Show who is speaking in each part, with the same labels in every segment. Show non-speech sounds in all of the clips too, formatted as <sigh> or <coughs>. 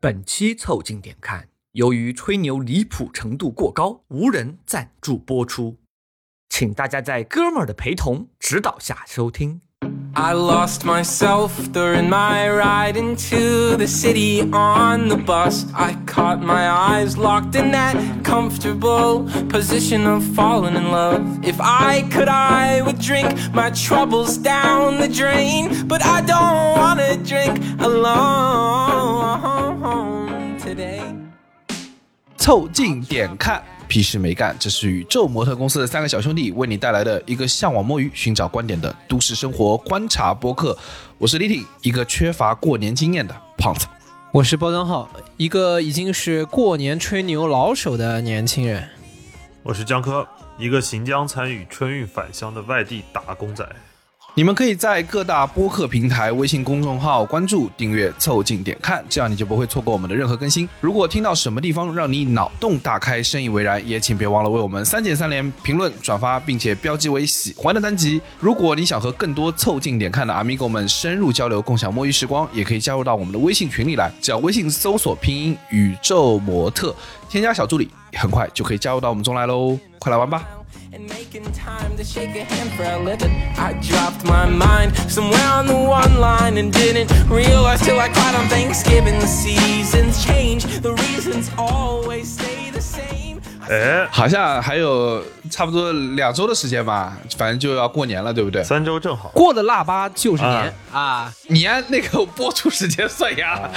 Speaker 1: 本期凑近点看，由于吹牛离谱程度过高，无人赞助播出，请大家在哥们儿的陪同指导下收听。
Speaker 2: I lost myself during my ride into the city on the bus. I caught my eyes locked in that comfortable position of falling in love. If I could, I would drink my troubles down the drain, but I don't wanna drink alone today.
Speaker 3: 凑近点看，屁事没干。这是宇宙模特公司的三个小兄弟为你带来的一个向往摸鱼、寻找观点的都市生活观察播客。我是李挺，一个缺乏过年经验的胖子。
Speaker 4: 我是包根浩，一个已经是过年吹牛老手的年轻人。
Speaker 5: 我是江科，一个行将参与春运返乡的外地打工仔。
Speaker 3: 你们可以在各大播客平台、微信公众号关注、订阅、凑近点看，这样你就不会错过我们的任何更新。如果听到什么地方让你脑洞大开、深以为然，也请别忘了为我们三键三连、评论、转发，并且标记为喜欢的单集。如果你想和更多凑近点看的阿米狗们深入交流、共享摸鱼时光，也可以加入到我们的微信群里来，只要微信搜索拼音“宇宙模特”，添加小助理，很快就可以加入到我们中来喽！快来玩吧！
Speaker 2: and making time to shake a hand for a living. I dropped my mind somewhere on the one line and didn't realize till I caught on Thanksgiving. The seasons change, the reasons always stay the same.
Speaker 5: 哎，
Speaker 3: 好像还有差不多两周的时间吧，反正就要过年了，对不对？
Speaker 5: 三周正好，
Speaker 4: 过了腊八就是年啊！
Speaker 3: 你按那个播出时间算呀。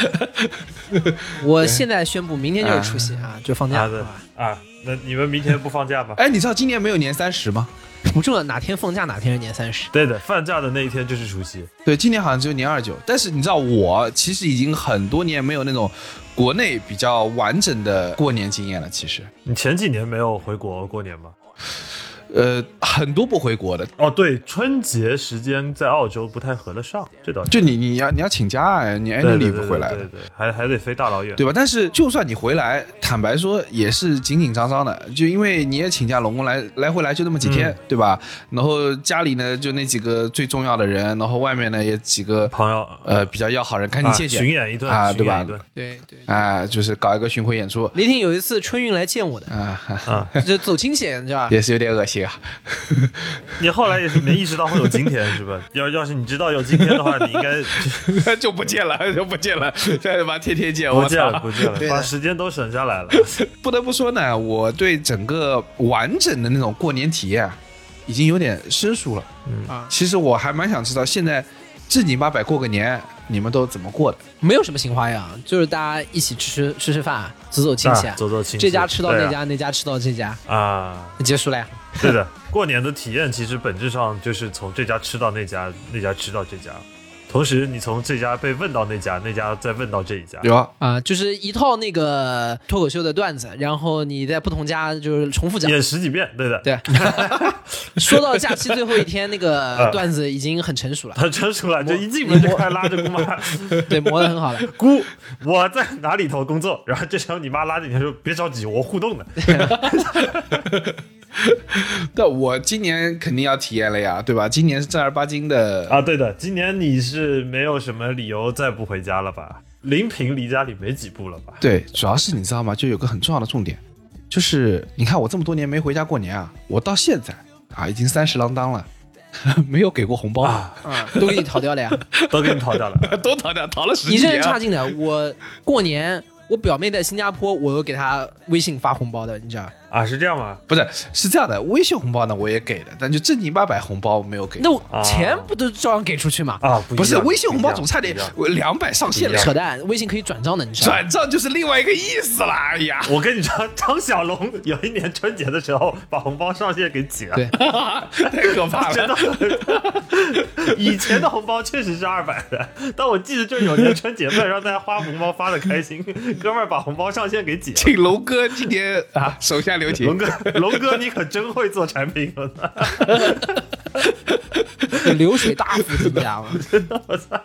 Speaker 4: 我现在宣布，明天就是除夕啊，就放假
Speaker 5: 啊
Speaker 4: 好
Speaker 5: 对
Speaker 4: 吧
Speaker 5: 啊，那你们明天不放假吗？
Speaker 3: 哎，你知道今年没有年三十吗？
Speaker 4: 不重要，哪天放假哪天是年三十。
Speaker 5: 对的，放假的那一天就是除夕。
Speaker 3: 对，今年好像只有年二九。但是你知道，我其实已经很多年没有那种国内比较完整的过年经验了。其实，
Speaker 5: 你前几年没有回国过年吗？
Speaker 3: 呃，很多不回国的，
Speaker 5: 哦，对，春节时间在澳洲不太合得上，这倒是。
Speaker 3: 就你你要你要请假啊，你 a
Speaker 5: 对
Speaker 3: n
Speaker 5: 对
Speaker 3: n
Speaker 5: 对
Speaker 3: 不
Speaker 5: 对
Speaker 3: 回来
Speaker 5: 对
Speaker 3: 的
Speaker 5: 对，对还还得飞大老远。
Speaker 3: 对吧？但是就算你回来，坦白说也是紧紧张张的，就因为你也请假，拢共来来回来就那么几天，
Speaker 5: 嗯
Speaker 3: 对吧？然后家里呢就那几个最重要的人，然后外面呢也几个
Speaker 5: 朋友
Speaker 3: 呃比较要好人，赶紧
Speaker 5: 啊
Speaker 3: 见见、
Speaker 5: 巡演一顿
Speaker 3: 啊，
Speaker 5: 巡
Speaker 3: 对
Speaker 5: 演
Speaker 3: 吧
Speaker 5: 一？顿
Speaker 4: 对对，
Speaker 3: 啊，就是搞一个巡回演出
Speaker 4: 雷霆有一次春运来见我的，
Speaker 3: 啊，哈哈
Speaker 5: 啊！
Speaker 4: 就走亲戚，你知道吧？
Speaker 3: 也是有点恶心啊。 <laughs>
Speaker 5: 你后来也是没意识到会有今天，是吧？ <laughs> 要要是你知道有今天的话，你应该
Speaker 3: 就不见了，就不见了， <laughs> 现在他妈天天见，<laughs>
Speaker 5: 不
Speaker 3: 我
Speaker 5: 见
Speaker 3: 操
Speaker 5: 了，！不见了，
Speaker 4: 对的
Speaker 5: 把时间都省下来了。
Speaker 3: 不得不说呢，我对整个完整的那种过年体验啊已经有点生疏了。
Speaker 5: 嗯
Speaker 4: 啊
Speaker 3: 其实我还蛮想知道，现在正经八百过个年，你们都怎么过的？
Speaker 4: 没有什么新花样，就是大家一起吃吃吃吃饭，走走亲戚
Speaker 5: 啊，走走亲戚，
Speaker 4: 这家吃到那
Speaker 5: 对啊
Speaker 4: 家，那家吃到这家，
Speaker 5: 啊，
Speaker 4: 结束了呀。
Speaker 5: 对的， <laughs> 过年的体验其实本质上就是从这家吃到那家，那家吃到这家，同时你从这家被问到那家，那家再问到这一家。
Speaker 3: 有啊
Speaker 4: 啊、就是一套那个脱口秀的段子，然后你在不同家就是重复讲。
Speaker 5: 演十几遍，对的， <laughs>
Speaker 4: 对，说到假期最后一天，那个
Speaker 5: 啊
Speaker 4: 段子已经很成熟
Speaker 5: <laughs>
Speaker 4: 了，
Speaker 5: 他真出来就一进门就开始拉着姑妈，
Speaker 3: <laughs>
Speaker 4: 对，磨得很
Speaker 5: <laughs>
Speaker 4: 好了。
Speaker 5: 姑，我在哪里头工作？然后这时候你妈拉着你说：“别着急，我互
Speaker 3: <laughs>
Speaker 5: 动的。
Speaker 3: 但我今年肯定要体验了呀，对吧？今年是正儿八经”的
Speaker 5: 啊，对的，今年你是没有什么理由再不回家
Speaker 3: <laughs>
Speaker 5: 了吧？临平离家里没几步了吧？
Speaker 3: 对，主要是你知道吗？就有个很重要的重点，就是你看我这么多年没回家过年啊，我到现在啊已经三十郎当了， <laughs> 没有给过红包 <laughs> 啊，
Speaker 4: 啊、都给你逃掉了呀！
Speaker 5: 都给你逃掉了。
Speaker 3: <laughs> 都逃掉逃了十
Speaker 4: 你这人
Speaker 3: 啊
Speaker 4: 差劲的，我过年我表妹在新加坡，我又给她微信发红包的，你知道？
Speaker 5: 啊，是这样吗？
Speaker 3: 不是是这样的，微信红包呢我也给了，但就正经八百红包没有给。
Speaker 4: 那我
Speaker 5: 啊
Speaker 4: 钱不都照样给出去吗？
Speaker 5: 啊，不
Speaker 3: 不是
Speaker 5: 一样
Speaker 3: 微信红包
Speaker 5: 不一样
Speaker 3: 总差点
Speaker 5: 不一样
Speaker 3: 两百上限
Speaker 5: 不一
Speaker 3: 了
Speaker 5: 样，
Speaker 4: 扯淡，微信可以转账的，你知道吗？
Speaker 3: 转账就是另外一个意思啦。哎呀，
Speaker 5: 我跟你说，张小龙有一年春节的时候把红包上限给解了。
Speaker 4: 对
Speaker 3: <laughs> 太可怕
Speaker 5: 真
Speaker 3: 了。
Speaker 5: 的， <laughs> 以前的红包确实是二百的，但我记得就是有年春节为了让大家花红包发的开心，哥们儿把红包上限给解了。
Speaker 3: 请龙哥今天啊手下留
Speaker 5: 龙
Speaker 3: 情。
Speaker 5: 哥，龙哥，你可真会做产品了，
Speaker 4: <laughs> 流水大幅增加嘛。
Speaker 5: 真的，我操！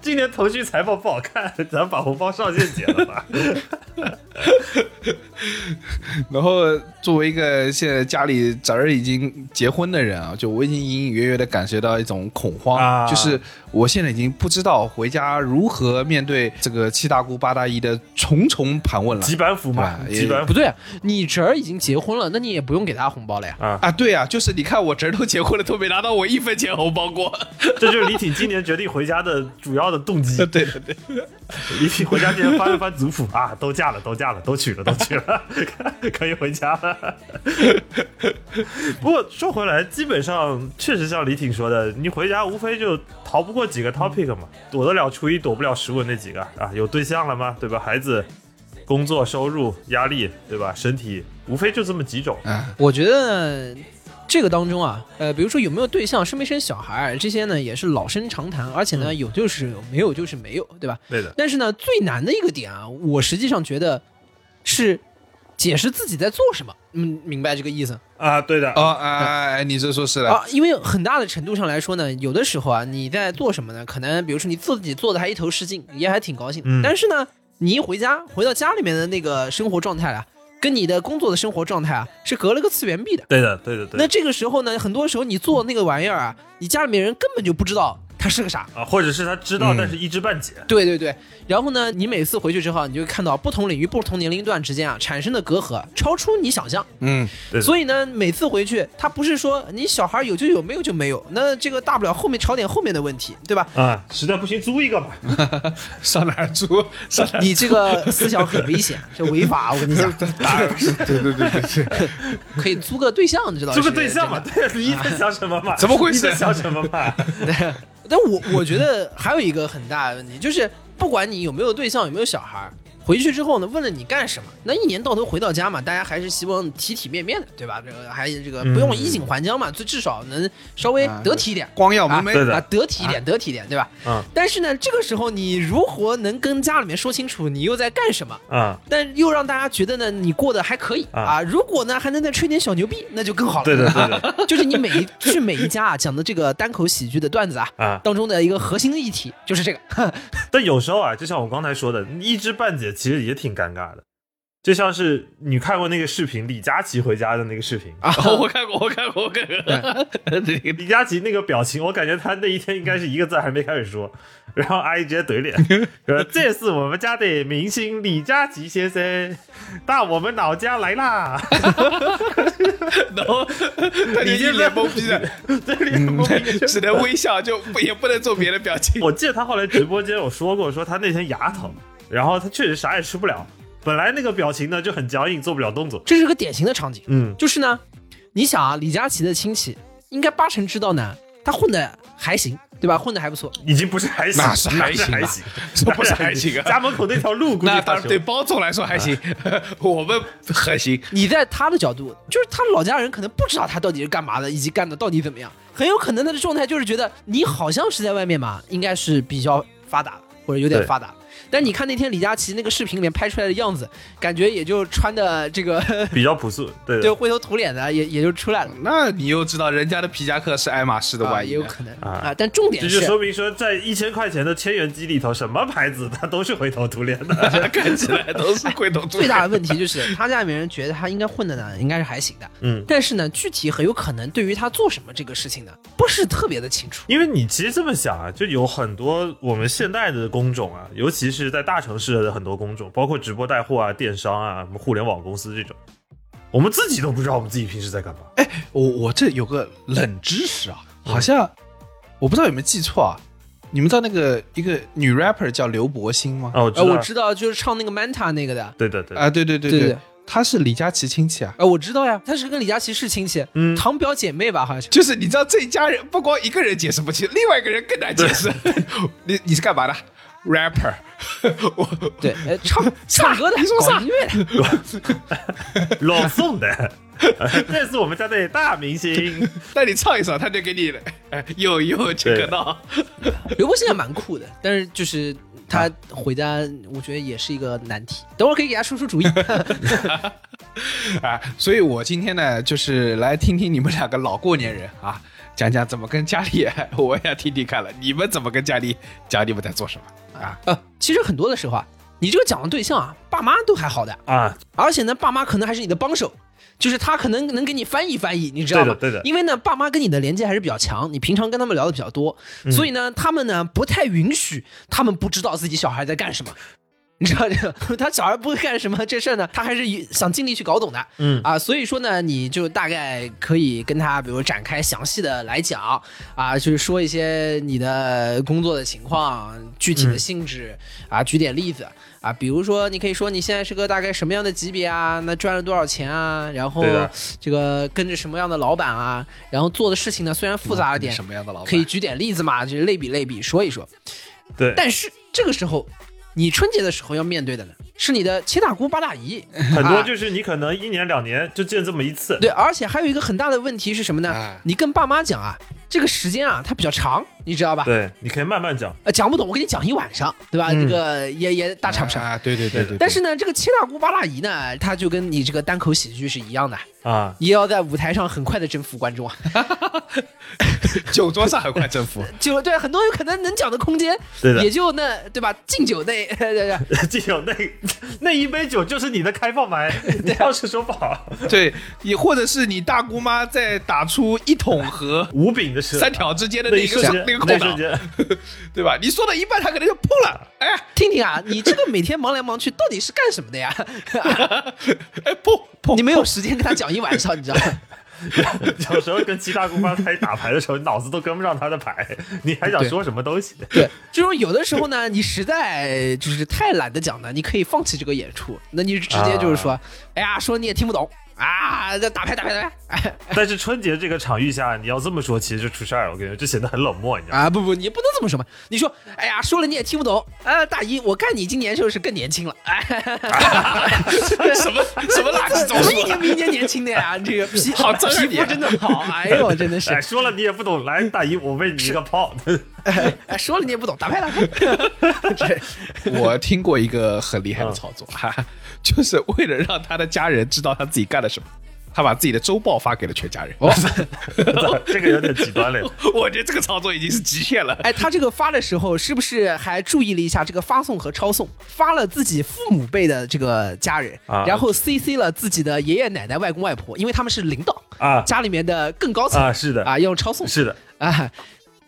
Speaker 5: 今年腾讯财报不好看，咱把红包上限解了吧。
Speaker 3: 然后作为一个现在家里侄儿已经结婚的人啊，就我已经隐隐约约的感觉到一种恐慌，
Speaker 5: 啊
Speaker 3: 就是我现在已经不知道回家如何面对这个七大姑八大姨的重重盘问了
Speaker 5: 几板斧嘛，
Speaker 3: 对吧
Speaker 5: 几板
Speaker 4: 不
Speaker 5: 斧
Speaker 4: 对啊，你侄儿已经结婚了，那你也不用给他红包了呀。
Speaker 5: 啊！
Speaker 3: 啊！对啊，就是你看我侄儿都结婚了，都没拿到我一分钱红包过。
Speaker 5: 这就是李挺今年决定回家的主要的动机。
Speaker 3: <laughs> 对对对，
Speaker 5: 李挺回家之前翻了翻族谱 <laughs> 啊，都嫁了，都嫁了，都娶了，都娶了， <laughs> 可以回家 <laughs> 了。不过说回来，基本上确实像李挺说的，你回家无非就逃不过几个 topic 嘛，躲得了初一，躲不了十五那几个啊。有对象了吗？对吧？孩子、工作、收入、压力，对吧？身体，无非就这么几种。
Speaker 4: 我觉得这个当中啊，呃，比如说有没有对象，生没生小孩，这些呢也是老生常谈，而且呢、有就是有，没有就是没有，对吧？
Speaker 5: 对的，
Speaker 4: 但是呢，最难的一个点啊，我实际上觉得是解释自己在做什么。嗯，明白这个意思
Speaker 5: 啊，对的，
Speaker 3: 哦啊，哎你这说是了，
Speaker 4: 啊？因为很大的程度上来说呢，有的时候啊，你在做什么呢？可能比如说你自己做的还一头是劲，也还挺高兴。
Speaker 5: 嗯
Speaker 4: 但是呢，你一回家，回到家里面的那个生活状态啊，跟你的工作的生活状态啊，是隔了个次元壁的。
Speaker 5: 对的，对的，对
Speaker 4: 那
Speaker 5: 的。
Speaker 4: 这个时候呢，很多时候你做那个玩意儿啊，你家里面人根本就不知道它是个啥。
Speaker 5: 啊，或者是他知道，
Speaker 3: 嗯
Speaker 5: 但是一知半解。
Speaker 4: 对对对，然后呢，你每次回去之后，你就会看到不同领域、不同年龄段之间啊产生的隔阂，超出你想象。
Speaker 3: 嗯，
Speaker 5: 对
Speaker 4: 所以呢，每次回去，他不是说你小孩有就有，没有就没有，那这个大不了后面吵点后面的问题，对吧？
Speaker 5: 啊，实在不行租一个吧。
Speaker 3: 上哪儿住？上哪儿
Speaker 4: 你这个思想很危险，这违法，我跟你
Speaker 5: <laughs>
Speaker 4: 讲，
Speaker 3: 打？ <laughs> 对对对对对。
Speaker 4: 可以租个对象，你知
Speaker 3: 啊
Speaker 4: 道？
Speaker 5: 租个对象嘛，
Speaker 4: 是
Speaker 5: <laughs> 对，你在想什么嘛？
Speaker 3: <laughs> 怎么
Speaker 5: <laughs>
Speaker 3: 回事
Speaker 5: 你在想什么嘛？
Speaker 4: 真的。但我我觉得还有一个很大的问题，就是不管你有没有对象，有没有小孩。回去之后呢，问了你干什么？那一年到头回到家嘛，大家还是希望体体面面的，对吧？这个还这个不用衣锦还乡嘛，最、至少能稍微
Speaker 3: 啊
Speaker 4: 得体一点。
Speaker 3: 光耀门楣，
Speaker 5: 对的
Speaker 4: 啊，得体一点，得体一点，对吧？
Speaker 5: 嗯。
Speaker 4: 但是呢，这个时候你如何能跟家里面说清楚你又在干什么？
Speaker 5: 啊，
Speaker 4: 但又让大家觉得呢，你过得还可以
Speaker 5: 啊
Speaker 4: 啊。如果呢，还能再吹点小牛逼，那就更好了。
Speaker 5: 对的，对
Speaker 4: <laughs>
Speaker 5: 的，
Speaker 4: 就是你每一去每一家啊讲的这个单口喜剧的段子啊，
Speaker 5: 啊。
Speaker 4: 当中的一个核心的议题就是这个。 <laughs>
Speaker 5: 但有时候啊，就像我刚才说的，一知半解其实也挺尴尬的。就像是你看过那个视频，李佳琦回家的那个视频，
Speaker 3: 哦，我看过，我看过，我看过。对
Speaker 5: 李佳琦那个表情，我感觉他那一天应该是一个字还没开始说，然后阿姨直接怼脸，说：“这是我们家的明星李佳琦先生，到我们老家来啦。
Speaker 3: <laughs> 然后他就一脸懵逼的，”
Speaker 5: 这里我们一个圈
Speaker 3: 只能微笑，就不也不能做别的表情。
Speaker 5: 我记得他后来直播间有说过，说他那天牙疼，然后他确实啥也吃不了。本来那个表情呢就很僵硬，做不了动作。
Speaker 4: 这是个典型的场景，
Speaker 5: 嗯，
Speaker 4: 就是呢，你想啊，李佳琦的亲戚应该八成知道呢，他混的还行，对吧？混的还不错。
Speaker 5: 已经不是还行，
Speaker 3: 那是还行啊
Speaker 5: 那是还行，
Speaker 3: 这不是还行啊
Speaker 5: 家门口那条路估计
Speaker 3: 那
Speaker 5: 他
Speaker 3: 当然对包总来说还行， <laughs> 我们还行。
Speaker 4: 你在他的角度，就是他老家人可能不知道他到底是干嘛的，以及干的到底怎么样。很有可能他的状态就是觉得你好像是在外面嘛，应该是比较发达或者有点
Speaker 5: 对
Speaker 4: 发达。但你看那天李佳琦那个视频里面拍出来的样子，感觉也就穿的这个
Speaker 5: 比较朴素，对的
Speaker 4: 就灰头土脸的，也也就出来了。
Speaker 3: 那你又知道人家的皮夹克是爱马仕的
Speaker 4: 啊，
Speaker 3: 外
Speaker 4: 也
Speaker 3: 衣
Speaker 4: 有
Speaker 3: 呢，
Speaker 4: 可能
Speaker 5: 啊
Speaker 4: 啊，但重点
Speaker 5: 这
Speaker 4: 是
Speaker 5: 就说明说，在一千块钱的千元机里头，什么牌子它都是灰头土脸的。
Speaker 3: <laughs> 看起来都是灰头土
Speaker 4: 最
Speaker 3: 脸。
Speaker 4: 大的
Speaker 3: <laughs>
Speaker 4: 问题就是，他家里面人觉得他应该混的呢，应该是还行的。
Speaker 5: 嗯，
Speaker 4: 但是呢，具体很有可能对于他做什么这个事情呢，不是特别的清楚。
Speaker 5: <laughs> 因为你其实这么想啊，就有很多我们现代的工种啊，尤其是在大城市的很多工种，包括直播带货啊、电商啊、什么互联网公司这种，我们自己都不知道我们自己平时在干嘛。
Speaker 4: 哎
Speaker 3: 我我这有个冷知识啊，好像我不知道有没有记错啊。你们知道那个一个女 rapper 叫刘柏辛吗？
Speaker 5: 哦，我知
Speaker 4: 呃，
Speaker 5: 道，
Speaker 4: 我知道，就是唱那个 Manta 那个的，
Speaker 5: 对
Speaker 4: <laughs>
Speaker 5: 对对，
Speaker 3: 啊，对对对
Speaker 4: 对
Speaker 3: 对
Speaker 4: 对，
Speaker 3: 她是李佳琦亲戚啊。
Speaker 4: 呃，我知道呀，她是跟李佳琦是亲戚，
Speaker 5: 嗯
Speaker 4: 堂表姐妹吧，好像是。
Speaker 3: 就是你知道这一家人不光一个人解释不清，另外一个人更难解释。 <laughs> 你你是干嘛的？rapper，我 <laughs>
Speaker 4: 对，
Speaker 5: <laughs>
Speaker 4: 呃，唱唱歌的，
Speaker 3: 你说啥
Speaker 4: 搞音乐的，
Speaker 5: 朗诵的。 <laughs> 这是我们家的大
Speaker 4: <laughs>
Speaker 5: 明星，
Speaker 3: 带你唱一首，他就给你哎又又这个闹。
Speaker 4: 刘柏辛也蛮酷的，但是就是他回家，我觉得也是一个难题。等会儿可以给他出出
Speaker 5: <laughs>
Speaker 4: 主意。
Speaker 3: 啊，所以我今天呢，就是来听听你们两个老过年人啊，讲讲怎么跟家里， <laughs> 我也要听听看了，你们怎么跟家里讲你们在做什么啊？
Speaker 4: 呃，其实很多的时候啊，你这个讲的对象啊，八爸妈都还好的，
Speaker 5: 啊，
Speaker 4: 而且呢，爸妈可能还是你的帮手，就是他可能能给你翻译翻译，你知道吗？
Speaker 5: 对的对的
Speaker 4: 因为呢，爸妈跟你的连接还是比较强，你平常跟他们聊的比较多，
Speaker 5: 嗯
Speaker 4: 所以呢，他们呢不太允许他们不知道自己小孩在干什么。 <laughs> 你知道这个， <laughs> 他小孩不会干什么这事儿呢，他还是想尽力去搞懂的，
Speaker 5: 嗯
Speaker 4: 啊，所以说呢，你就大概可以跟他，比如展开详细的来讲，啊，就是说一些你的工作的情况、具体的性质、啊，举点例子啊，比如说你可以说你现在是个大概什么样的级别啊，那赚了多少钱啊，然后
Speaker 5: 对的
Speaker 4: 这个跟着什么样的老板啊，然后做的事情呢虽然复杂了点，
Speaker 3: 什么样的老板
Speaker 4: 哎可以举点例子嘛，就是类比类比说一说。
Speaker 5: 对，
Speaker 4: 但是这个时候，你春节的时候要面对的呢，是你的七大姑八大姨，
Speaker 5: <laughs> 很
Speaker 4: 啊
Speaker 5: 多就是你可能一年两年就见这么一次，
Speaker 4: 对，而且还有一个很大的问题是什么呢？
Speaker 3: 哎
Speaker 4: 你跟爸妈讲啊，这个时间啊，它比较长，你知道吧？
Speaker 5: 对，你可以慢慢讲，
Speaker 4: 呃，讲不懂，我给你讲一晚上，对吧？
Speaker 5: 嗯
Speaker 4: 这个也也大差不差。
Speaker 3: 啊？对对对对。
Speaker 4: 但是呢，这个七大姑八大姨呢，她就跟你这个单口喜剧是一样的，
Speaker 5: 啊， <laughs>
Speaker 4: 也要在舞台上很快的征服观众啊。
Speaker 3: <laughs>
Speaker 4: <laughs>
Speaker 3: 酒桌上很快征服，
Speaker 4: 就对很多有可能能讲的空间，
Speaker 5: 对的
Speaker 4: 也就那对吧？敬酒那 <laughs> 对对对
Speaker 5: 这种那那一杯酒就是你的开放
Speaker 4: <laughs>
Speaker 5: 白，
Speaker 4: 啊
Speaker 5: 你要是说不好，
Speaker 3: <laughs> 对，也或者是你大姑妈在打出一桶和
Speaker 5: 无柄的蛇，
Speaker 3: 三条之间的
Speaker 5: 那
Speaker 3: 那
Speaker 5: 一
Speaker 3: 个
Speaker 5: 瞬间，
Speaker 3: 那个
Speaker 5: 那
Speaker 3: 空
Speaker 5: 一瞬
Speaker 3: 档，
Speaker 5: 间， <laughs>
Speaker 3: 对吧？你说到一半，他可能就砰了，哎 <laughs>
Speaker 4: 听听啊，你这个每天忙来忙去，到底是干什么的呀？
Speaker 3: 哎砰砰，
Speaker 4: 你没有时间跟他讲一晚上，你知道吗？
Speaker 3: <laughs>
Speaker 5: 有时候跟七大姑八大姨打牌的时候，脑子都跟不上他的牌，你还想说什么东西？
Speaker 4: 对， <laughs> 就是有的时候呢，你实在就是太懒得讲了，你可以放弃这个演出，那你直
Speaker 3: 啊
Speaker 4: 接就是说，哎呀，说你也听不懂啊，这打牌打牌打牌，哎
Speaker 5: 但是春节这个场域下，你要这么说，其实就出事儿了。我跟你说，就显得很冷漠，你知道吗？
Speaker 4: 啊，不不，你不能这么说嘛，你说，哎呀，说了你也听不懂，啊，大姨，我看你今年就是更年轻了，哎，
Speaker 3: 什么 <laughs> <laughs> 什么垃圾
Speaker 4: 怎
Speaker 3: 招
Speaker 4: 么
Speaker 3: 数
Speaker 4: 一 <laughs>
Speaker 5: <laughs>
Speaker 4: 年比一年年轻的呀？这个皮
Speaker 3: 好狰狞
Speaker 4: 皮肤真的好，哎呦，真的是
Speaker 5: 哎，，说了你也不懂，来大姨，我喂你一个炮。
Speaker 4: 哎，说了你也不懂，打牌打牌，
Speaker 3: <laughs>
Speaker 4: 这
Speaker 3: 我听过一个很厉害
Speaker 5: 嗯
Speaker 3: 的操作，哈哈，就是为了让他的家人知道他自己干了什么，他把自己的周报发给了全家人。哦，
Speaker 5: <laughs> 这个有点极
Speaker 4: <laughs>
Speaker 5: 端了。
Speaker 3: <laughs> 我觉得这个操作已经是极限了。
Speaker 4: 哎，他这个发的时候是不是还注意了一下这个发送和抄送？发了自己父母辈的这个家人，
Speaker 5: 啊
Speaker 4: 然后 CC 了自己的爷爷奶奶、外公外婆，因为他们是领导
Speaker 5: 啊
Speaker 4: 家里面的更高层
Speaker 5: 啊是的
Speaker 4: 啊，要用抄送
Speaker 5: 是的，
Speaker 4: 啊，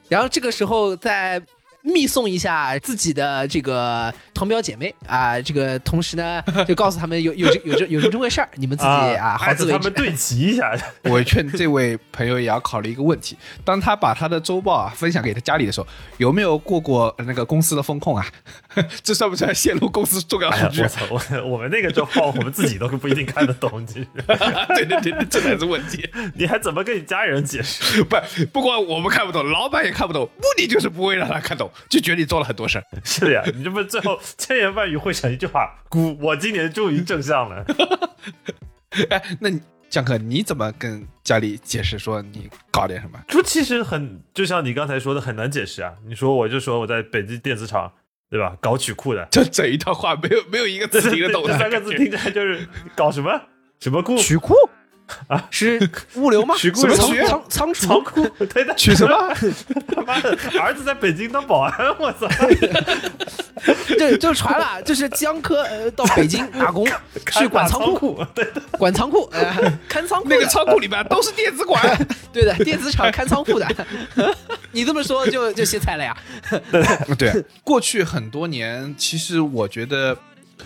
Speaker 4: 然后这个时候再密送一下自己的这个堂表姐妹啊，这个同时呢，
Speaker 5: <laughs>
Speaker 4: 就告诉他们有有这有这有这么回事儿，你们自己啊好
Speaker 5: 按
Speaker 4: 自
Speaker 5: 照
Speaker 4: 为
Speaker 5: 他
Speaker 4: 之 <laughs>
Speaker 5: 们。对齐一下。
Speaker 3: 我劝这位朋友也要考虑一个问题：当他把他的周报啊分享给他家里的时候，有没有过过那个公司的风控啊？ <laughs> 这算不算泄露公司重要
Speaker 5: <laughs>
Speaker 3: 数
Speaker 5: 哎
Speaker 3: 据啊
Speaker 5: 我？操，我我们那个周报，我们自己都不一定看得
Speaker 3: <laughs>
Speaker 5: 懂，其实
Speaker 3: 对对对，对这才是问题。
Speaker 5: 你还怎么跟你家人解释？ <laughs>
Speaker 3: 不，不光我们看不懂，老板也看不懂，目的就是不会让他看懂，就觉得你做了很多事儿。
Speaker 5: 是的呀，你这不最后千言万语汇成一句话：“姑，我今年终于正向了。 <laughs>
Speaker 3: 哎，那你江克，你怎么跟家里解释说你搞点什么”？
Speaker 5: 这其实很，就像你刚才说的，很难解释啊。你说我就说我在北京电子厂，对吧？搞曲库的，
Speaker 3: 就整一套话没有没有一个
Speaker 5: 这
Speaker 3: 字听得懂的
Speaker 5: 这 <laughs> 三个
Speaker 3: 感
Speaker 5: 字
Speaker 3: 觉
Speaker 5: 听起来就是搞什么什么库
Speaker 4: 曲库啊，是物流吗？
Speaker 5: 曲库
Speaker 4: 什么
Speaker 5: 是
Speaker 4: 仓
Speaker 5: 物流
Speaker 4: 仓仓储
Speaker 5: 仓啊库， <laughs> 对的，
Speaker 3: 取什么？
Speaker 5: 他妈的，儿子在北京当保安，我
Speaker 3: <laughs>
Speaker 5: 操！
Speaker 4: <laughs> 对，就传了，就是江科呃到北京打工 <laughs> 去
Speaker 5: 看
Speaker 4: 管
Speaker 5: 大
Speaker 4: 仓
Speaker 5: 仓
Speaker 4: 库，
Speaker 5: 库，对的，
Speaker 4: 管仓库，呃，看仓库的
Speaker 3: 那个仓库里面都是电子管。
Speaker 4: 对的，电子厂看仓库的。 <laughs> 你这么说就就歇菜了呀？ <laughs>
Speaker 3: 对，过去很多年，其实我觉得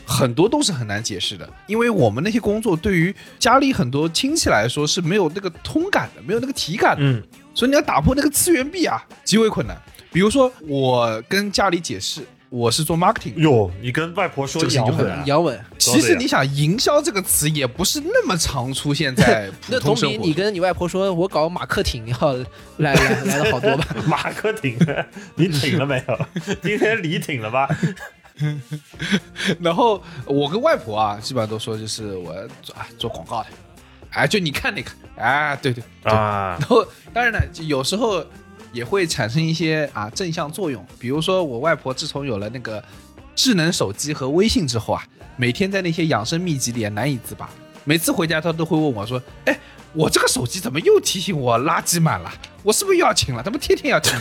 Speaker 3: 很多都是很难解释的，因为我们那些工作对于家里很多亲戚来说是没有那个通感的，没有那个体感的，
Speaker 5: <laughs> 嗯，
Speaker 3: 所以你要打破那个次元壁啊，极为困难。比如说，我跟家里解释我是做 marketing 的。
Speaker 5: 哟，你跟外婆说
Speaker 3: 这个事情
Speaker 5: 洋
Speaker 3: 就很
Speaker 5: 文啊，
Speaker 4: 杨文，
Speaker 3: 其实你想，营销这个词也不是那么常出现
Speaker 4: <laughs>
Speaker 3: 在普
Speaker 4: 那总
Speaker 3: 通生
Speaker 4: 比
Speaker 3: 活
Speaker 4: 你
Speaker 3: 中。
Speaker 4: 跟你外婆说我搞马克艇要来来来的好多吧？ <laughs>
Speaker 5: <laughs> 马克挺，你挺了没 <laughs> 有？今天你挺了吧？
Speaker 3: <laughs> 然后我跟外婆啊，基本上都说就是我做啊做广告的，哎，就你看那个，哎，对对对
Speaker 5: 啊，
Speaker 3: 然后当然呢，就有时候也会产生一些啊正向作用，比如说我外婆自从有了那个智能手机和微信之后啊，每天在那些养生秘籍里也难以自拔。每次回家，她都会问我说：“哎，我这个手机怎么又提醒我垃圾满了？我是不是又要清了？他们天天要清。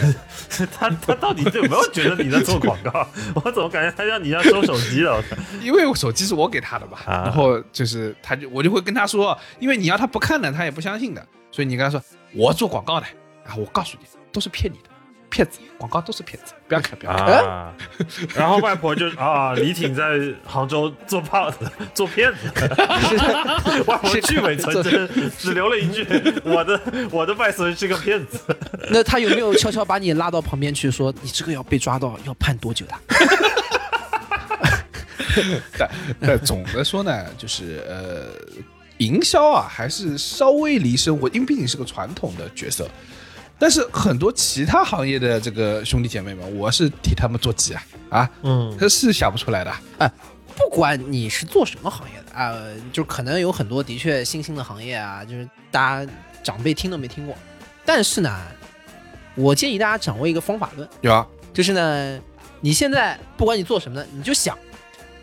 Speaker 5: 他他到底有没有觉得你在做广告？ <laughs> 我怎么感觉他让你要收手机了？
Speaker 3: 因为我手机是我给他的嘛，
Speaker 5: 啊
Speaker 3: 然后就是他就我就会跟他说，因为你要他不看呢，他也不相信的，所以你跟他说我做广告的，啊，我告诉你都是骗你的，骗子，广告都是骗子，不要看，不要看。
Speaker 5: 啊！然后外婆就啊，李挺在杭州做胖子，做骗
Speaker 3: <laughs>
Speaker 5: 子。外婆去伪存真，只留了一句：“我的我的外孙是个骗子。
Speaker 4: 那他有没有悄悄把你拉到旁边去说，你这个要被抓到要判多久的？
Speaker 3: 但
Speaker 5: <laughs>
Speaker 3: 但总的说呢，就是呃，营销啊，还是稍微离生活，因为毕竟是个传统的角色。但是很多其他行业的这个兄弟姐妹们，我是替他们做急啊啊，嗯，他是想不出来的。
Speaker 4: 不管你是做什么行业的啊、呃就可能有很多的确新兴的行业啊，就是大家长辈听都没听过。但是呢，我建议大家掌握一个方法论，
Speaker 3: 有啊，
Speaker 4: 就是呢，你现在不管你做什么呢，你就想，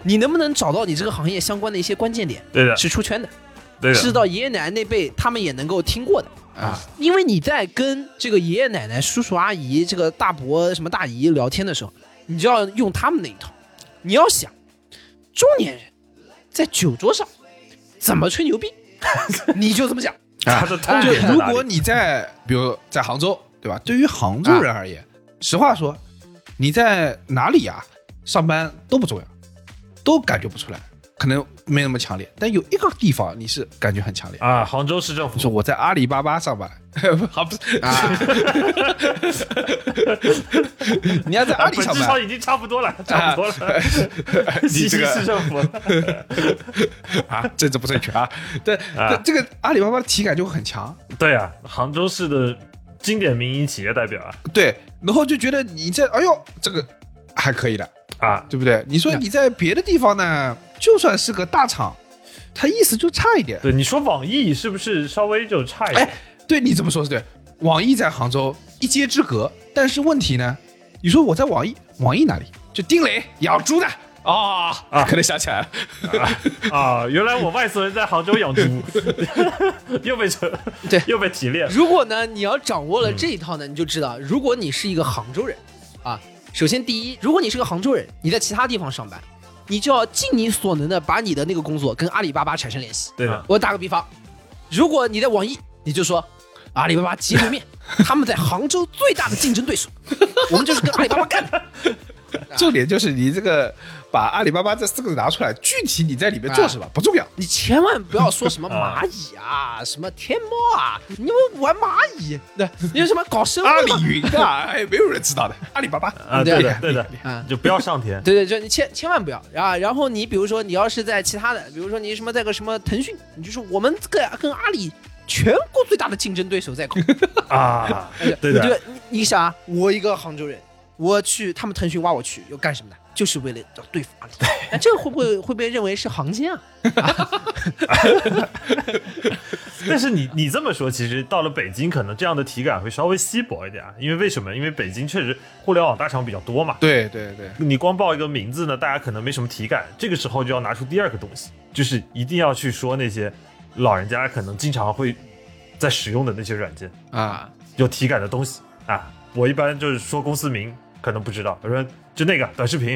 Speaker 4: 你能不能找到你这个行业相关的一些关键点”
Speaker 5: 对的，
Speaker 4: 是出圈的，
Speaker 5: 对
Speaker 4: 是到爷爷奶奶那辈他们也能够听过的。
Speaker 5: 嗯
Speaker 3: 啊，
Speaker 4: 因为你在跟这个爷爷奶奶、叔叔阿姨、这个大伯、什么大姨聊天的时候，你就要用他们那一套。你要想，中年人在酒桌上怎么吹牛逼， <laughs> 你就怎么讲。
Speaker 5: 他的痛
Speaker 3: 就
Speaker 5: 点在
Speaker 3: 如
Speaker 5: 哪里
Speaker 3: 果你在，比如在杭州，对吧？对于杭州
Speaker 5: 啊
Speaker 3: 人而言，实话说，你在哪里啊上班都不重要，都感觉不出来，可能没那么强烈。但有一个地方你是感觉很强烈，
Speaker 5: 啊，杭州市政
Speaker 3: 说
Speaker 5: 府
Speaker 3: 我在阿里巴巴上班， <laughs> 啊不是啊，你要在阿
Speaker 5: 啊，
Speaker 3: 里
Speaker 5: 本
Speaker 3: 上
Speaker 5: 质上
Speaker 3: 班，
Speaker 5: 已经差不多了，差不多了。
Speaker 3: <laughs> 你这
Speaker 5: 西溪市
Speaker 3: 个
Speaker 5: 政府
Speaker 3: 啊 <laughs> 政治不正确啊，对，
Speaker 5: 啊
Speaker 3: 这个阿里巴巴的体感就会很强，
Speaker 5: 对啊，杭州市的经典民营企业代表啊
Speaker 3: 对，然后就觉得你在，哎呦，这个还可以的，
Speaker 5: 啊，
Speaker 3: 对不对？你说你在别的地方呢，就算是个大厂，它意思就差一点。
Speaker 5: 对，你说网易是不是稍微就差一点
Speaker 3: 哎？，对你这么说是对。网易在杭州一街之隔，但是问题呢，你说我在网易，网易哪里？就丁磊养猪的啊、
Speaker 5: 啊
Speaker 3: 可能想起来了。
Speaker 5: 啊，原来我外孙在杭州养猪， <laughs> 又被扯，
Speaker 4: 对
Speaker 5: 又被提 <laughs> 炼。
Speaker 4: 如果呢，你要掌握了这一套呢，你就知道，如果你是一个杭州人，啊，首先第一，如果你是个杭州人，你在其他地方上班，你就要尽你所能的把你的那个工作跟阿里巴巴产生联系。
Speaker 5: 对的，
Speaker 4: 我打个比方，如果你在网易，你就说阿里巴巴斜对面，他们在杭州最大的竞争对手，我们就是跟阿里巴巴干的。
Speaker 3: <laughs> 重点就是你这个把阿里巴巴这四个字拿出来，具体你在里面做
Speaker 5: 啊
Speaker 3: 什么、不重要。
Speaker 4: 你千万不要说什么蚂蚁啊，什么天猫啊，你们玩蚂蚁，对，你有什么搞生物
Speaker 3: 阿
Speaker 4: 嘛
Speaker 3: 里云啊， <laughs> 哎，没有人知道的。阿里巴巴
Speaker 5: 啊，
Speaker 4: 对
Speaker 5: 对
Speaker 4: 的
Speaker 5: 的，对的
Speaker 4: 啊，
Speaker 5: 就不要
Speaker 4: <laughs>
Speaker 5: 上天。
Speaker 4: 对对，就你千千万不要啊！然后你比如说，你要是在其他的，比如说你什么在个什么腾讯，你就是我们跟跟阿里全国最大的竞争对手在搞。
Speaker 5: <laughs> 啊，
Speaker 4: 你
Speaker 5: 对的
Speaker 4: 就，你你想啊，我一个杭州人，我去他们腾讯挖我去，又干什么呢？就是为了要对付阿里。哎，这个会不会会被认为是行奸啊？
Speaker 5: 但是你你这么说，其实到了北京，可能这样的体感会稍微稀薄一点啊。因为为什么？因为北京确实互联网大厂比较多嘛。
Speaker 3: 对对对，
Speaker 5: 你光报一个名字呢，大家可能没什么体感。这个时候就要拿出第二个东西，就是一定要去说那些老人家可能经常会在使用的那些软件。
Speaker 3: 啊，
Speaker 5: 有体感的东西啊。我一般就是说公司名，可能不知道，我说就那个短视频，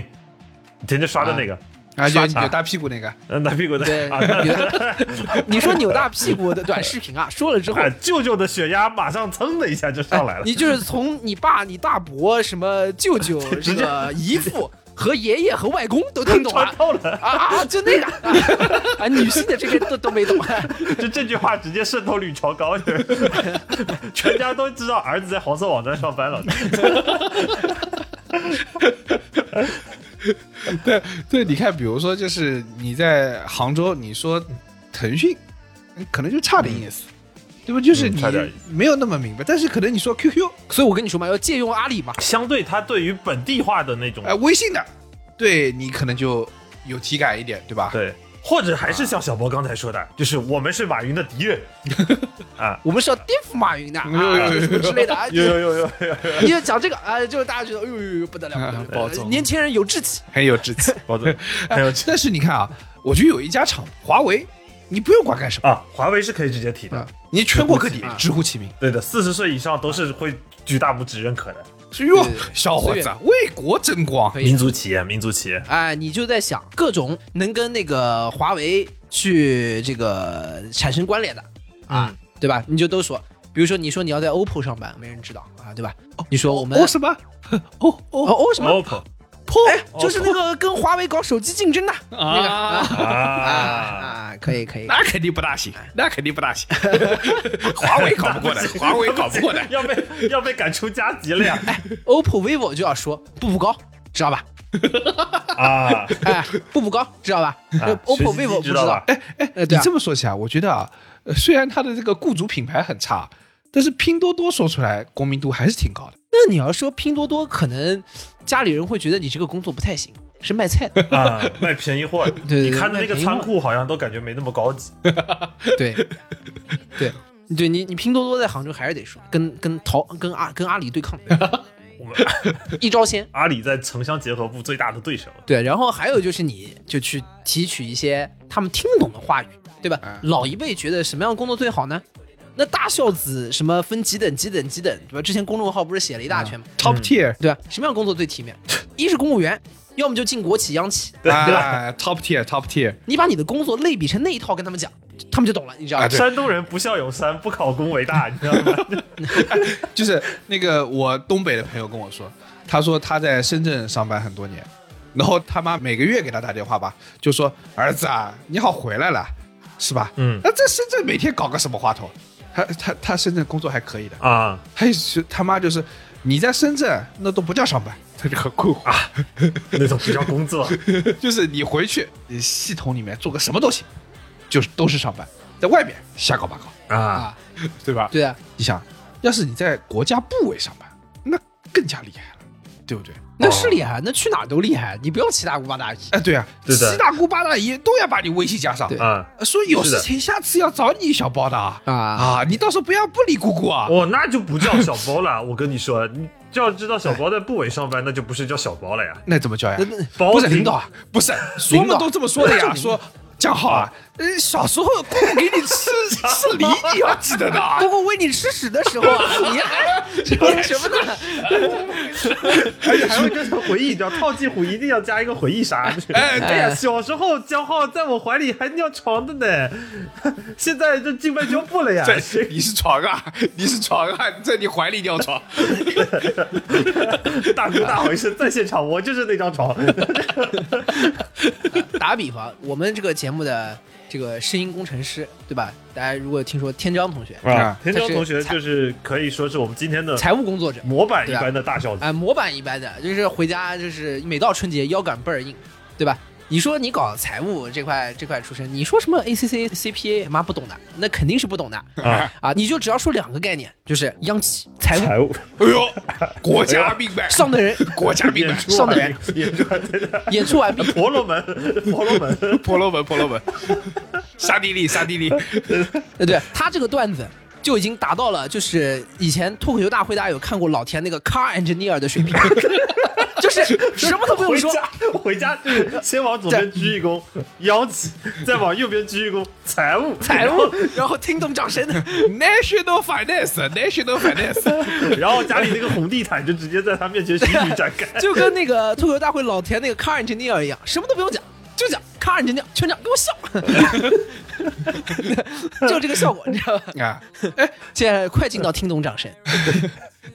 Speaker 5: 你天天刷的那个，
Speaker 3: 啊，就
Speaker 5: 刷
Speaker 3: 你
Speaker 5: 卡
Speaker 3: 就大屁股那个， <laughs>
Speaker 5: 呃，拿屁股的啊，
Speaker 4: 你说你说扭大屁股的短视频啊，说了
Speaker 5: <laughs>
Speaker 4: 之后哎
Speaker 5: 哎，舅舅的血压马上噌的一下就上来了。
Speaker 4: 你就是从你爸、你大伯、什么舅
Speaker 5: <laughs>
Speaker 4: 舅、这个姨父和爷爷和外公都听懂了
Speaker 5: <laughs> 穿。透了，
Speaker 4: 啊啊！啊 <laughs> 就那个啊啊，女性的这个都都没懂。 <laughs>
Speaker 5: 就这句话直接渗透率超高，就是 <laughs> 全家都知道儿子在黄色网站上班了。
Speaker 3: 对对，你看，比如说，就是你在杭州，你说腾讯，可能就差点意思，对吧？就是
Speaker 5: 嗯
Speaker 3: 你
Speaker 5: 差点意
Speaker 3: 没有那么明白，但是可能你说 QQ，
Speaker 4: 所以我跟你说嘛，要借用阿里嘛。
Speaker 5: 相对他对于本地化的那种
Speaker 3: 哎、，微信的，对你可能就有体感一点，对吧？
Speaker 5: 对，或者还是像小波刚才说的，就是我们是马云的敌人。
Speaker 4: 我们是要颠覆马云
Speaker 5: <laughs>
Speaker 4: 的啊，
Speaker 3: 嗯
Speaker 4: 什么之类的啊。
Speaker 5: 有有有有有，
Speaker 4: 你要讲这个啊，就是大家觉得，哎呦呦呦，不得
Speaker 5: 啊
Speaker 4: 了，不得
Speaker 3: 暴
Speaker 4: 了
Speaker 3: 走
Speaker 4: 年轻人有志气。
Speaker 3: 很有志
Speaker 5: <laughs>
Speaker 3: 气。
Speaker 5: 包子，还有
Speaker 3: 哎 <laughs> 但是你看啊，我觉得有一家厂，华为，你不用管干什么。
Speaker 5: 啊，华为是可以直接提的
Speaker 3: 啊，，你你全国各地直呼其名。
Speaker 5: 对的，
Speaker 4: 嗯
Speaker 5: 四十岁以上都是会举大拇指认可的
Speaker 3: 哟
Speaker 4: 对对对，
Speaker 3: 小伙
Speaker 4: 随
Speaker 3: 子
Speaker 4: 便
Speaker 3: 为国争光
Speaker 4: 可，以
Speaker 5: 民族企业，民族企业。
Speaker 4: 哎，你就在想各种能跟那个华为去这个产生关联的啊，对吧？你就都说，比如说你说你要在 OPPO 上班，没人知道啊，对吧？你说我们
Speaker 3: 哦什么？ <laughs> 哦
Speaker 4: 哦
Speaker 3: 哦
Speaker 4: 哦什么
Speaker 5: OPPO
Speaker 4: 哎，就是那个跟华为搞手机竞争的那个
Speaker 3: 啊，
Speaker 4: 啊
Speaker 5: 啊，
Speaker 4: 啊，可以可以，
Speaker 3: 那肯定不大行，那肯定不大行。华为搞不过
Speaker 4: <laughs>
Speaker 5: <laughs>
Speaker 3: 的，华为搞不过的。
Speaker 5: 要被要被赶出家级了呀！
Speaker 4: 哎 OPPO、vivo 就要说步步高，知道吧？
Speaker 5: 啊，
Speaker 4: 哎，步步高，知道吧？OPPO、 <laughs>
Speaker 5: 学习
Speaker 4: vivo 不
Speaker 5: 知道吧？
Speaker 4: 哎哎，对
Speaker 3: 你
Speaker 4: 啊
Speaker 3: 这，么说起来，我觉得啊，呃虽然它的这个雇主品牌很差，但是拼多多说出来国民度还是挺高的。
Speaker 4: 那你要说拼多多，可能家里人会觉得你这个工作不太行，是卖菜
Speaker 5: <laughs>
Speaker 4: 的。
Speaker 5: 啊，卖便宜货，
Speaker 4: <laughs> 对
Speaker 5: 你看的那
Speaker 4: 卖
Speaker 5: 个
Speaker 4: 便宜货
Speaker 5: 仓库好像都感觉没那么高级。
Speaker 4: 对，对，对你你拼多多在杭州还是得说跟跟淘跟阿跟阿里对抗，
Speaker 5: 我们
Speaker 4: 一招鲜。
Speaker 5: 阿里在城乡结合部最大的对手，
Speaker 4: 对，然后还有就是你就去提取一些他们听懂的话语，对吧？
Speaker 5: 啊
Speaker 4: 老一辈觉得什么样的工作最好呢？那大孝子什么分几等几等几等，对吧？之前公众号不是写了一
Speaker 5: 啊
Speaker 4: 大圈吗？
Speaker 3: Top tier
Speaker 4: 对吧？什么样的工作最
Speaker 3: <laughs>
Speaker 4: 体面？一是公务员，要么就进国企央企。
Speaker 3: 啊，Top tier，Top tier，
Speaker 4: 你把你的工作类比成那一套跟他们讲，他们就懂了，你知道
Speaker 3: 啊
Speaker 4: 吗？
Speaker 3: 对
Speaker 5: 山东人不孝有三，不考公为大，你知道吗？
Speaker 3: <laughs> 就是那个我东北的朋友跟我说，他说他在深圳上班很多年，然后他妈每个月给他打电话吧，就说儿子啊，你好回来了，是吧？
Speaker 5: 嗯
Speaker 3: 那在深圳每天搞个什么话头？他他他深圳工作还可以的，
Speaker 5: 啊，
Speaker 3: 他是他妈就是你在深圳那都不叫上班，他就很困惑。
Speaker 5: 那种不叫工作。
Speaker 3: <laughs> 就是你回去，你系统里面做个什么都行，就是都是上班，在外面瞎搞八搞
Speaker 5: 啊，
Speaker 3: 啊，对吧？
Speaker 4: 对啊，
Speaker 3: 你想，要是你在国家部委上班，那更加厉害了，对不对？
Speaker 4: 那是厉
Speaker 3: 哦
Speaker 4: 害，那去哪儿都厉害，你不要七大姑八大姨。
Speaker 3: 哎，对啊，
Speaker 5: 对的
Speaker 3: 七大姑八大姨都要把你微信加上呃
Speaker 4: 对，
Speaker 5: 啊，
Speaker 3: 说有
Speaker 5: 是的
Speaker 3: 事情下次要找你小包的啊
Speaker 4: 啊
Speaker 3: 啊，你到时候不要不理姑姑啊。
Speaker 5: 哦，那就不叫小包了。我跟你说，你就要知道小包在部委上班，那就不是叫小包了呀。
Speaker 3: 那怎么叫呀？
Speaker 5: 包
Speaker 3: 不是
Speaker 5: 挺
Speaker 3: 领导啊，不是，我们都这么说的呀。说讲好啊，呃，小时候姑姑给你吃 <laughs> 吃梨，你要记得的
Speaker 4: <laughs>
Speaker 3: 啊。
Speaker 4: 包括喂你吃屎的
Speaker 3: <laughs>
Speaker 4: 时候啊，你还什么什么的，
Speaker 5: 而且还会跟着回忆，你知道套近乎一定要加一个回忆杀。
Speaker 3: 哎
Speaker 5: 哎呀，小时候江浩在我怀里还尿床的呢， <laughs> 现在这进外交部了呀。
Speaker 3: 在哎你是床啊，你是床啊，在你怀里尿床。
Speaker 5: 大哭大回声在现场，我就是那张床。
Speaker 4: 打个比方，我们这个节目的这个声音工程师，对吧？大家如果听说天章同学，
Speaker 3: 啊
Speaker 5: 田江同学就是可以说是我们今天的
Speaker 4: 财务工作者，
Speaker 5: 模板一般的大孝子
Speaker 4: 哎、模板一般的，就是回家就是每到春节腰杆倍儿硬，对吧？你说你搞财务这块这块出身，你说什么 ACC、CPA，妈不懂的，那肯定是不懂的
Speaker 5: 啊。
Speaker 4: 啊！你就只要说两个概念，就是央企、财务，
Speaker 5: 财务
Speaker 3: <laughs> 哎呦，国家命脉，
Speaker 4: 哎上等人
Speaker 3: 国
Speaker 4: 啊
Speaker 3: 家命
Speaker 5: 演
Speaker 3: 脉，
Speaker 5: 出啊
Speaker 4: 上
Speaker 5: 完
Speaker 4: 等人
Speaker 5: 演出完对的
Speaker 4: 演出完毕，
Speaker 5: <laughs> 婆罗门，婆罗门，
Speaker 3: 婆罗门，婆罗门， <laughs> 沙地利，沙地
Speaker 5: <laughs>
Speaker 3: 利，
Speaker 4: 对呃对，他这个段子就已经达到了，就是以前脱口秀大会大家有看过老田那个 car engineer 的水平， <laughs> 就是什么都 <laughs> 不用
Speaker 5: 回
Speaker 4: 说，
Speaker 5: 家回家
Speaker 4: <laughs>
Speaker 5: 就是先往左边鞠一躬，央企，再往右边鞠一躬，财务
Speaker 4: <laughs> 财务，然后听懂掌声，
Speaker 3: National Finance，National
Speaker 5: <laughs>
Speaker 3: Finance，
Speaker 5: 然后家里那个红地毯就直接在他面前徐徐展开。
Speaker 4: <laughs> 就哎跟那个脱口秀大会老田那个 car engineer 一样，什么都不用讲，就讲 car engineer，全场给我笑， <laughs> 就这个效果，你知道吧？
Speaker 3: 啊，
Speaker 4: 现在快进到听懂掌声，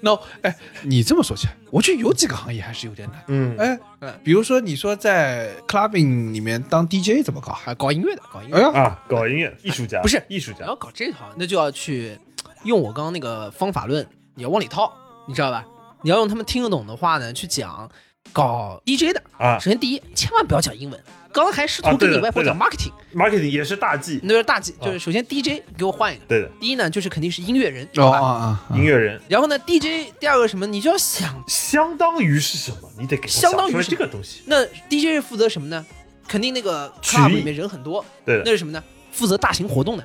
Speaker 3: 那哎，你这么说起来，我觉得有几个行业还是有点难。
Speaker 5: 嗯，
Speaker 3: 哎，比如说你说在 clubbing 里面当 DJ 怎么搞？
Speaker 4: 啊，搞音乐的，搞音乐
Speaker 3: 哎
Speaker 4: 的，
Speaker 3: 呀，
Speaker 5: 啊，搞音乐艺术家
Speaker 4: 不是
Speaker 5: 艺术家
Speaker 4: 然后搞这套，那就要去用我刚刚那个方法论，你要往里套，你知道吧？你要用他们听得懂的话呢去讲搞 DJ 的。
Speaker 5: 啊
Speaker 4: 首先第一，千万不要讲英文。刚才还试图
Speaker 5: 啊对
Speaker 4: 跟
Speaker 5: 的
Speaker 4: 你外婆讲
Speaker 5: 对
Speaker 4: marketing，、
Speaker 5: ，marketing 也是大忌
Speaker 4: 那，就是大忌，就
Speaker 5: 啊
Speaker 4: 是首先 DJ 给我换一个。
Speaker 5: 对的，
Speaker 4: 第一呢，就是肯定是音乐人，知
Speaker 3: 哦
Speaker 4: 道吧？
Speaker 3: 啊啊
Speaker 5: 音乐人
Speaker 4: 然后呢，DJ 第二个什么，你就要想，
Speaker 5: 相当于是什么？你得给他
Speaker 4: 相当于
Speaker 5: 想
Speaker 4: 是
Speaker 5: 出来这个东西，
Speaker 4: 那 DJ 是负责什么呢？肯定那个
Speaker 5: 曲艺
Speaker 4: club 里面人很多，
Speaker 5: 对
Speaker 4: 那 <laughs>
Speaker 5: 的，<laughs>
Speaker 4: 是什么呢？负责大型活动的，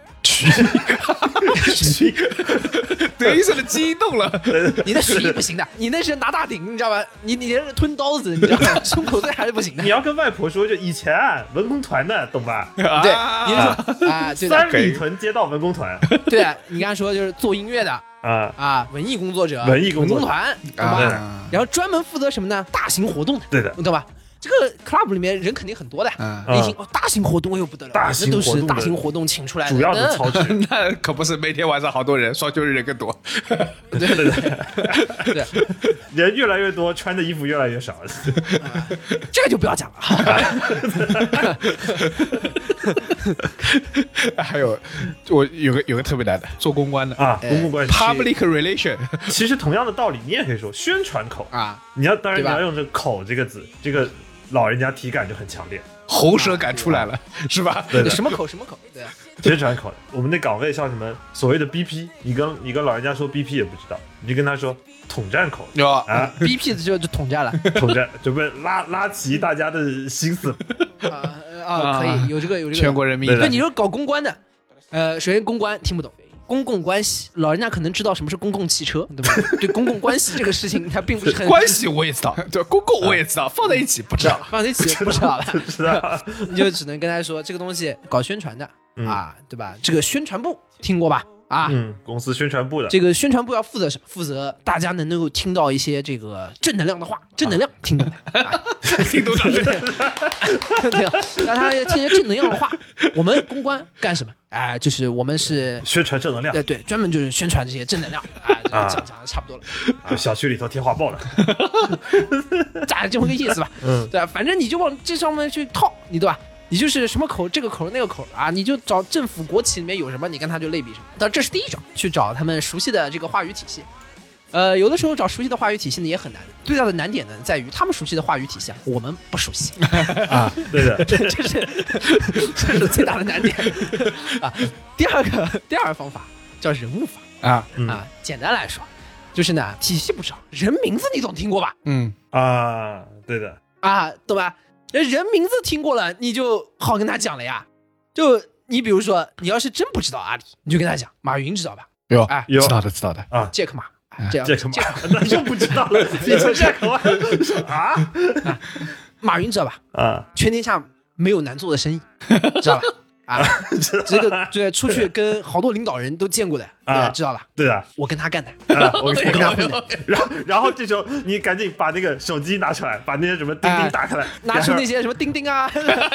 Speaker 4: 德云社的基因动了，你那蓄力不行的，你那是拿大顶，你知道吧？你你那是吞刀子，你知道吧？ <laughs> 胸口碎还是不行的
Speaker 5: 你。要跟外婆说，就以前啊文工团的，懂吧？
Speaker 4: 对，你就
Speaker 5: <laughs>
Speaker 4: 说啊，对
Speaker 5: 三
Speaker 4: 的，
Speaker 5: 里屯街道文工团
Speaker 4: 对的，你刚才说就是做音乐的
Speaker 5: 啊，
Speaker 4: 啊，文艺工作者，
Speaker 5: 文艺工作者啊
Speaker 4: 团，懂吧？然后专门负责什么呢？大型活动的，
Speaker 5: 对的，
Speaker 4: 懂吧？这个 club 里面人肯定很多的，
Speaker 3: 嗯
Speaker 4: 一听哦，大型活动哎呦不得了，
Speaker 5: 大型
Speaker 4: 那都
Speaker 5: 活
Speaker 4: 是
Speaker 5: 动的
Speaker 4: 大型活动请出来
Speaker 5: 主要的
Speaker 4: 嗯
Speaker 5: 操持。
Speaker 3: <laughs> 那可不是每天晚上好多人，双休日人更多。 <laughs>
Speaker 4: <laughs> 对，
Speaker 5: 人越来越多，穿的衣服越来越少。
Speaker 4: 这个就不要讲了。
Speaker 3: 还有，我有个有个特别难的，做公关的
Speaker 4: 哎
Speaker 5: 啊，公共关系。
Speaker 3: ，public
Speaker 5: <laughs>
Speaker 3: relation
Speaker 5: 其实同样的道理，你也可以说宣传口。
Speaker 3: 啊，
Speaker 5: 你要当
Speaker 4: 对
Speaker 5: 然你
Speaker 4: 吧
Speaker 5: 要用这个“口”这个字，这个老人家体感就很强烈。
Speaker 3: 喉舌感出来了，是吧？
Speaker 5: 啊对的，
Speaker 4: 什么口什么口，对啊，
Speaker 5: 宣传口。我们那岗位像什么所谓的 BP，你跟你跟老人家说 BP 也不知道，你就跟他说统
Speaker 4: <laughs>
Speaker 5: 战口
Speaker 3: 哟，
Speaker 5: 啊，
Speaker 4: ，BP 的就就统战了
Speaker 5: 统战，准备拉拉齐大家的心思。
Speaker 4: 啊啊，可以有这个有这个。
Speaker 3: 全国人民
Speaker 5: 对
Speaker 4: 对，
Speaker 5: 的
Speaker 4: 你说搞公关的，呃，首先公关听不懂。公共关系，老人家可能知道什么是公共汽车，对吧？对公共关系这个事情，他并不是很
Speaker 3: 关系我也知道， <laughs> 对，公共我也知道，放在一起不知道。
Speaker 4: 放在一起不知道了， <laughs>
Speaker 5: 是吧？
Speaker 4: 你就只能跟他说这个东西搞宣传的、
Speaker 5: 嗯
Speaker 4: 啊，对吧？这个宣传部听过吧？啊，
Speaker 5: 嗯，公司宣传部的
Speaker 4: 这个宣传部要负责什么？负责大家能够听到一些这个正能量的话，正能量听懂的，啊、
Speaker 3: 听懂了，
Speaker 4: <laughs> 对啊，让他听些正能量的话。我们公关干什么？哎、就是我们是
Speaker 5: 宣传正能量
Speaker 4: 对，对，专门就是宣传这些正能量啊，这个讲讲的差不多了，
Speaker 5: 就啊小区里头贴画报了。
Speaker 4: 大概这么个意思吧。
Speaker 5: 嗯
Speaker 4: 对啊，反正你就往这上面去套，你对吧？你就是什么口这个口那个口啊，你就找政府国企里面有什么，你跟他就类比什么。但这是第一种，去找他们熟悉的这个话语体系。呃，有的时候找熟悉的话语体系呢也很难，最大的难点呢在于他们熟悉的话语体系啊，我们不熟悉。
Speaker 5: 啊，对的，
Speaker 4: 这这是这是最大的难点
Speaker 5: <laughs>
Speaker 4: 啊。第二个第二个方法叫人物法
Speaker 3: 啊，
Speaker 5: 嗯
Speaker 4: 啊，简单来说就是呢体系不少，人名字你总听过吧？
Speaker 3: 嗯，
Speaker 5: 啊，对的，
Speaker 4: 啊，懂吧？那人名字听过了，你就好跟他讲了呀。就你比如说，你要是真不知道阿里，你就跟他讲马云知道吧？
Speaker 3: 有
Speaker 4: 哎
Speaker 5: 有
Speaker 3: 啊知道的，知道的， <laughs>
Speaker 4: 杰克马，啊这样
Speaker 5: 这
Speaker 4: 杰
Speaker 5: 个
Speaker 4: 克
Speaker 5: 嘛， <laughs> 那就不知道了。 <laughs> 你说这口啊
Speaker 4: 马云知道吧？
Speaker 5: 啊，
Speaker 4: 全天下没有难做的生意，知道吧？啊，这个对，出去跟好多领导人都见过的，
Speaker 5: <laughs> 啊
Speaker 4: 对知道吧？
Speaker 5: <laughs> 对的，
Speaker 4: 我跟他
Speaker 5: <laughs>
Speaker 4: 干的， <laughs>
Speaker 5: 啊，我
Speaker 4: 我跟他混的。
Speaker 5: 然后然后这时候你赶紧把那个手机拿出来，把那些什么钉钉打开来，
Speaker 4: 啊拿出
Speaker 5: 然后
Speaker 4: 那些什么钉钉
Speaker 5: <laughs>
Speaker 4: 啊，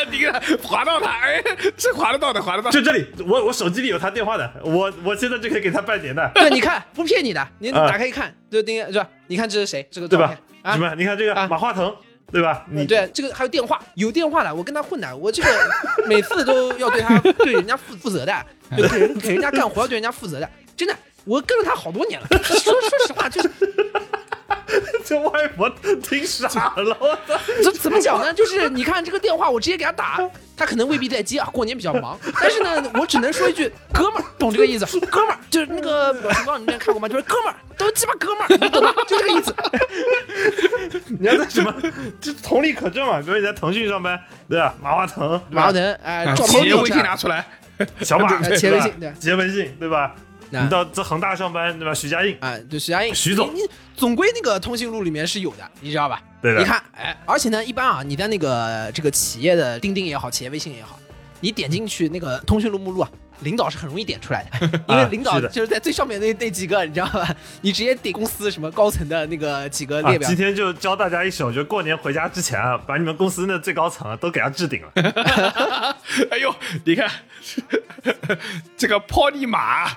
Speaker 3: 你给他划到他，哎，是划得到的，划得到。
Speaker 5: 就这里，我我手机里有他电话的，我我现在就可以给他拜
Speaker 4: <laughs>
Speaker 5: 年的，
Speaker 4: 对，你看不骗你的，你
Speaker 5: 啊
Speaker 4: 打开一看，就钉是吧？你看这是谁？这个
Speaker 5: 对
Speaker 4: 照
Speaker 5: 吧
Speaker 4: 片？
Speaker 5: 什
Speaker 4: 啊，
Speaker 5: 么？你看这个
Speaker 4: 啊嗯
Speaker 5: 马化腾，对吧？你
Speaker 4: 对这个还有电话，有电话的，我跟他混的，我这个每次都要对他对人家负负责
Speaker 5: <laughs>
Speaker 4: 的，对给人给人家干活要对人家负责的，真的，我跟了他好多年了。说说实话，就是
Speaker 5: 这外婆听傻了，我操！ <laughs>
Speaker 4: 这怎么讲呢？就是你看这个电话，我直接给他打，他可能未必在接啊，过年比较忙。但是呢，我只能说一句，哥们儿，懂这个意思？哥们儿，就是那个表情包，你们看过吗？就是哥们儿，都鸡巴哥们儿，你懂吗？就这个意思。
Speaker 5: 你要在什么？这同理可证嘛，比如你在腾讯上班，对吧？马化腾，对
Speaker 4: 马
Speaker 5: 吧
Speaker 4: 化腾，哎，照
Speaker 3: 企
Speaker 4: 片
Speaker 3: 业
Speaker 4: 有
Speaker 3: 微信拿出来， <laughs>
Speaker 5: 小马，
Speaker 4: 呃对杰
Speaker 5: 对
Speaker 4: 文信
Speaker 5: 吧
Speaker 4: 对啊
Speaker 5: 杰文信，对吧？
Speaker 4: 那
Speaker 5: 你到这恒大上班，对吧？徐家印，
Speaker 4: 啊，就徐家印，
Speaker 5: 徐总
Speaker 4: 你你总归那个通讯录里面是有的，你知道吧？
Speaker 5: 对的
Speaker 4: 你看，哎，而且呢，一般啊，你在那个这个企业的钉钉也好，企业微信也好，你点进去那个通讯录目录啊，领导是很容易点出来的，
Speaker 5: <laughs>
Speaker 4: 因为领导
Speaker 5: 啊是的
Speaker 4: 就是在最上面那那几个，你知道吧？你直接点公司什么高层的那个几个
Speaker 5: 啊，
Speaker 4: 列表
Speaker 5: 今，天就教大家一首，就过年回家之前啊，把你们公司那最高层啊都给他置顶了。
Speaker 3: 哎呦，你看这个 pony 马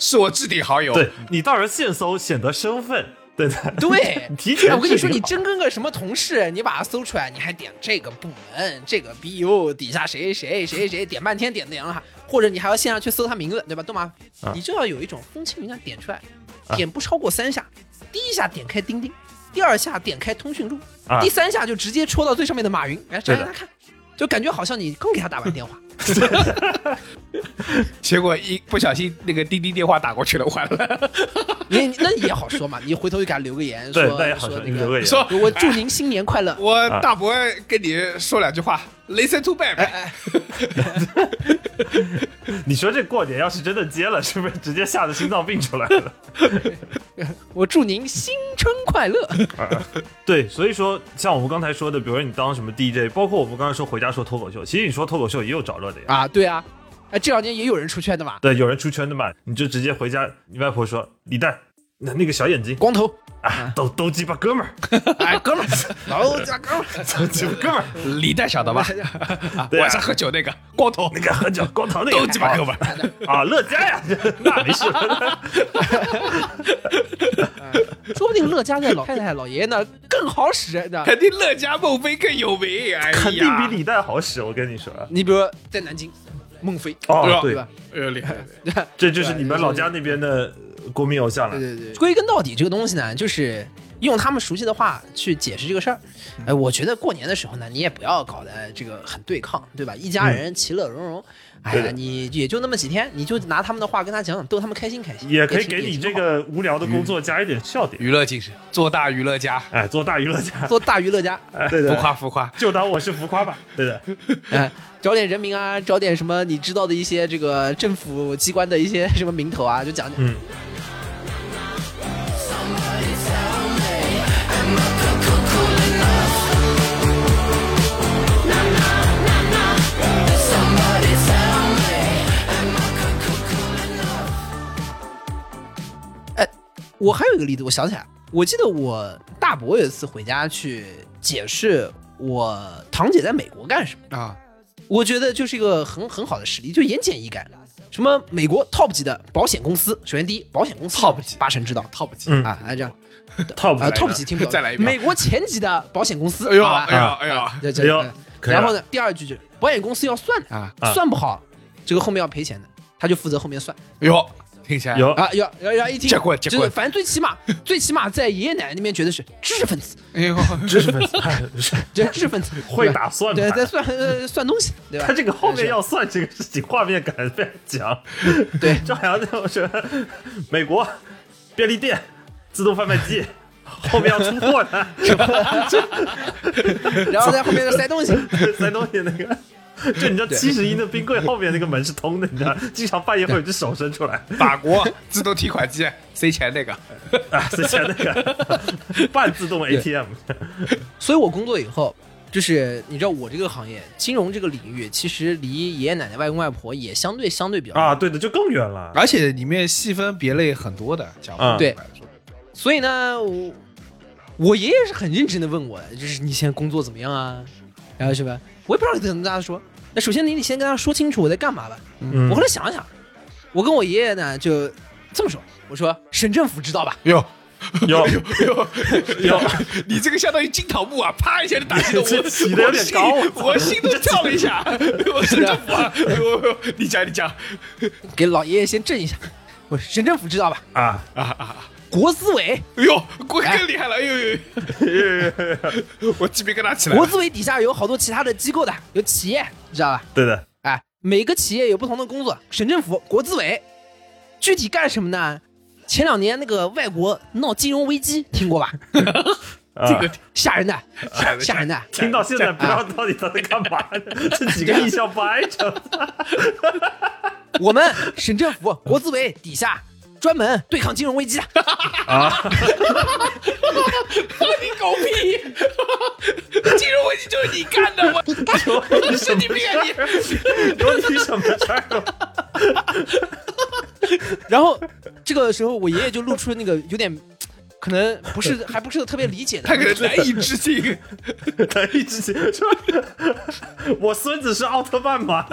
Speaker 3: 是我置顶好友，
Speaker 5: 对你到时候现搜，显得身份，对的。，
Speaker 4: 对
Speaker 5: <laughs> 提前
Speaker 4: 哎我跟你
Speaker 5: 置
Speaker 4: 说，
Speaker 5: 顶
Speaker 4: 你真跟个什么同事，你把它搜出来，你还点这个部门、这个 BU 底下谁谁谁谁谁，点半天点的哈，或者你还要线上去搜他名字，对吧？懂吗？
Speaker 5: 啊
Speaker 4: 你就要有一种风轻云淡点出来，点不超过三下，第一下点开钉钉，第二下点开通讯录，
Speaker 5: 啊
Speaker 4: 第三下就直接戳到最上面的马云，来
Speaker 5: 对
Speaker 4: 让
Speaker 5: 的 <laughs>
Speaker 4: 他看，就感觉好像你刚给他打完电话，
Speaker 3: 结果一不小心那个滴滴电话打过去了，完了， <laughs>
Speaker 4: 你那也好说嘛，你回头就给他留个言，
Speaker 5: <laughs> 对
Speaker 4: 说，
Speaker 5: 那也好
Speaker 4: 说
Speaker 5: 说，
Speaker 4: 那
Speaker 5: 你留个
Speaker 4: 个，
Speaker 5: 言。
Speaker 3: 说
Speaker 4: 我祝您新年快乐。
Speaker 3: 我大伯跟你说两句话，listen to back，
Speaker 5: 你说这过年要是真的接了，是不是直接吓得心脏病出来
Speaker 4: <laughs>
Speaker 5: 了？
Speaker 4: 我祝您新春快乐。
Speaker 5: 对，所以说像我们刚才说的，比如说你当什么 DJ，包括我们刚才说回家说脱口秀，其实你说脱口秀也有找热点呀。
Speaker 4: 啊，对啊，哎，这两年也有人出圈的嘛，
Speaker 5: 对，有人出圈的嘛，你就直接回家，你外婆说李诞，那那个小眼睛
Speaker 4: 光头，
Speaker 5: 啊，都都鸡巴哥们儿，
Speaker 4: 哎，哥们儿，
Speaker 5: <laughs>
Speaker 4: 老家哥们儿，
Speaker 5: 都鸡巴哥们儿，
Speaker 3: <laughs> 李诞晓得吧？
Speaker 5: 对啊
Speaker 3: 晚上喝酒那个光头，
Speaker 5: 那个喝酒光头那
Speaker 3: <laughs>
Speaker 5: 个
Speaker 3: 都鸡巴
Speaker 5: <laughs>
Speaker 3: 哥们儿。
Speaker 5: 啊，乐嘉呀， <laughs> 那没事，
Speaker 4: 说不定乐嘉在老太太、老爷爷那儿更好使呢。
Speaker 3: 肯定乐嘉孟非更有名，哎呀，
Speaker 5: <laughs> 肯定比李诞好使，我跟你说。啊
Speaker 4: 你比如说在南京，孟非，
Speaker 5: 哦，
Speaker 3: 对
Speaker 5: 对
Speaker 4: 吧，
Speaker 3: 呃厉害，厉害
Speaker 4: 对吧
Speaker 5: 这啊就是你们老家那边的国民偶像了。
Speaker 4: 对对，归根到底，这个东西呢，就是用他们熟悉的话去解释这个事儿。哎，我觉得过年的时候呢，你也不要搞得这个很对抗，对吧？一家人其乐融融。哎
Speaker 5: 嗯对
Speaker 4: 呀，
Speaker 5: 的
Speaker 4: 你也就那么几天，你就拿他们的话跟他讲讲，逗他们开心开心，
Speaker 5: 也可以
Speaker 4: 挺
Speaker 5: 给你
Speaker 4: 挺
Speaker 5: 这
Speaker 4: 好
Speaker 5: 个无聊的工作加一点笑点，
Speaker 3: 娱乐精神，做大娱乐家，
Speaker 5: 哎，嗯做大娱乐家，
Speaker 4: 做大娱乐家，
Speaker 5: 哎对
Speaker 3: 浮
Speaker 5: 的，
Speaker 3: 夸浮夸，
Speaker 5: 就当我是浮夸吧，对的，
Speaker 4: 哎，找点人名啊，找点什么你知道的一些这个政府机关的一些什么名头啊，就讲讲。
Speaker 5: 嗯。
Speaker 4: 哎我还有一个例子，我想起来，我记得我大伯有一次回家去解释我堂姐在美国干什么
Speaker 3: 啊，
Speaker 4: 我觉得就是一个很很好的实例，就言简意赅。什么美国 top 级的保险公司，首先第一，保险公司
Speaker 3: top 级
Speaker 4: 八成知道
Speaker 3: 套不起，
Speaker 5: 嗯
Speaker 4: 啊，哎这样
Speaker 5: top
Speaker 4: 啊
Speaker 5: 来的
Speaker 4: top 级听不
Speaker 3: <laughs>
Speaker 4: 懂，
Speaker 3: 再来一遍
Speaker 4: 美国前级的保险公司，
Speaker 3: 哎呦
Speaker 4: 好吧
Speaker 3: 哎呦哎呦，
Speaker 4: 这这
Speaker 5: 哎呦
Speaker 4: 哎
Speaker 5: 可以
Speaker 4: 然后
Speaker 5: 了
Speaker 4: 呢，第二句就是保险公司要算的
Speaker 3: 啊
Speaker 5: 啊
Speaker 4: 算不好，这个后面要赔钱的，他就负责后面算
Speaker 3: 哎呦，听起来
Speaker 5: 有 <laughs>
Speaker 4: 啊。要要要一听，
Speaker 3: 见哦过见
Speaker 4: 就
Speaker 3: 过
Speaker 4: 是反正最
Speaker 3: <laughs>
Speaker 4: 起码最起码在爷爷奶奶那边觉得是知识分子，
Speaker 3: 哎呦，
Speaker 5: 知识分子， <laughs> 哎是
Speaker 4: 这知识
Speaker 3: <laughs>
Speaker 4: 分子
Speaker 5: 会打算
Speaker 4: 对，
Speaker 5: 盘
Speaker 4: 在算呃算东西，对吧？
Speaker 5: 他这个后面要算这个事情，画面感非常强。
Speaker 4: 对
Speaker 5: 这好像那种是美国便利店、自动贩卖机，后面要出货 <laughs> 的，
Speaker 4: 然后在后面再塞东西，
Speaker 5: <laughs> 塞东西那个。就你知道七十一的冰柜后面那个门是通的，你知道， <laughs> 经常半夜会有一只手伸出来， <laughs>
Speaker 3: 法国 <laughs> 自动提款机塞钱那个，
Speaker 5: 啊，之前那 <laughs> 个半自动 ATM，
Speaker 4: 所以我工作以后，就是你知道我这个行业，金融这个领域，其实离爷爷奶奶、外公外婆也相对相对比较
Speaker 5: 啊，对的，就更远了。
Speaker 3: 而且里面细分别类很多的，讲
Speaker 5: 嗯
Speaker 4: 对所以呢，我我爷爷是很认真的问我的，就是你现在工作怎么样啊？然后是吧？我也不知道怎么跟他说。那首先你得先跟他说清楚我在干嘛吧。
Speaker 5: 嗯
Speaker 4: 我后来想了想，我跟我爷爷呢就这么说，我说省政府知道吧？
Speaker 3: 哟，
Speaker 5: 啊有
Speaker 3: <laughs>
Speaker 5: 有，
Speaker 3: 你这个相当于金桃木啊，啪一下就打进了
Speaker 5: 这
Speaker 3: 我，
Speaker 5: 起得有点高
Speaker 3: 我心我心都跳了一下，我是啊 <laughs> 这不啊，我我你讲你讲
Speaker 4: 给老爷爷先震一下。 <laughs> 我说省政府知道吧？
Speaker 5: 啊，
Speaker 3: 啊啊啊！
Speaker 4: 国资委，
Speaker 3: 哎呦，鬼更厉害了！哎呦呦，哎呦 <laughs> 我鸡皮疙瘩起来
Speaker 4: 国
Speaker 3: 了。
Speaker 4: 资委底下有好多其他的机构的，有企业，你知道吧？
Speaker 5: 对的，
Speaker 4: 哎，每个企业有不同的工作，省政府、国资委，具体干什么呢？前两年那个外国闹金融危机，听过吧？ <laughs>
Speaker 5: 啊
Speaker 3: 这个
Speaker 4: 吓人的，
Speaker 3: 吓人
Speaker 4: 吓人的。
Speaker 5: 听到现在不知道到底他在干嘛， <laughs> 这几个意象不挨着，
Speaker 4: 我们省政府、国资委底下专门对抗金融危机的。
Speaker 3: 你狗屁！ <laughs> 金融危机就是你干的，我 <laughs>
Speaker 5: 有你什么事儿？有你什么事儿？啊
Speaker 4: 然后这个时候，我爷爷就露出那个有点，可能不是还不是特别理解的
Speaker 3: 他可能难以置信。
Speaker 5: 他一直说，我孙子是奥特曼 <laughs> 吗？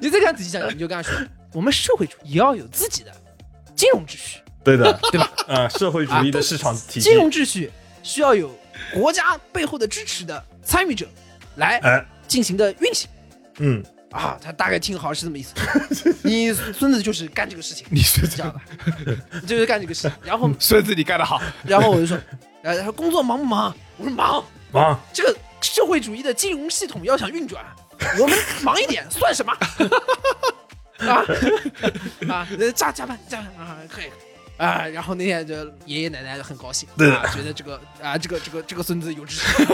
Speaker 4: 你再看仔细想想，你就跟他说，我们社会主义也要有自己的金融秩序，
Speaker 5: 对的，对吧？啊，社会主义的市场体系
Speaker 4: 金，融秩序需要有国家背后的支持的参与者来
Speaker 5: 哎，
Speaker 4: 进行的运行。
Speaker 5: 嗯，
Speaker 4: 啊，他大概听好是这么
Speaker 3: <laughs>
Speaker 4: 意思。你孙子就是干这个事情，
Speaker 3: 你孙
Speaker 4: 知
Speaker 3: 子
Speaker 4: 道，吧？就是干这个事。然后，
Speaker 3: 孙子，你干得好。
Speaker 4: 然后我就说，呃，他说工作忙不忙？我说忙。
Speaker 5: 忙，
Speaker 4: 这个社会主义的金融系统要想运转，我们忙一点算什么？ <laughs> 啊啊，呃加加班加班啊，可以。啊，然后那天就爷爷奶奶就很高兴，
Speaker 5: 对
Speaker 4: 啊，觉得这个啊，这个这个这个孙子有志气，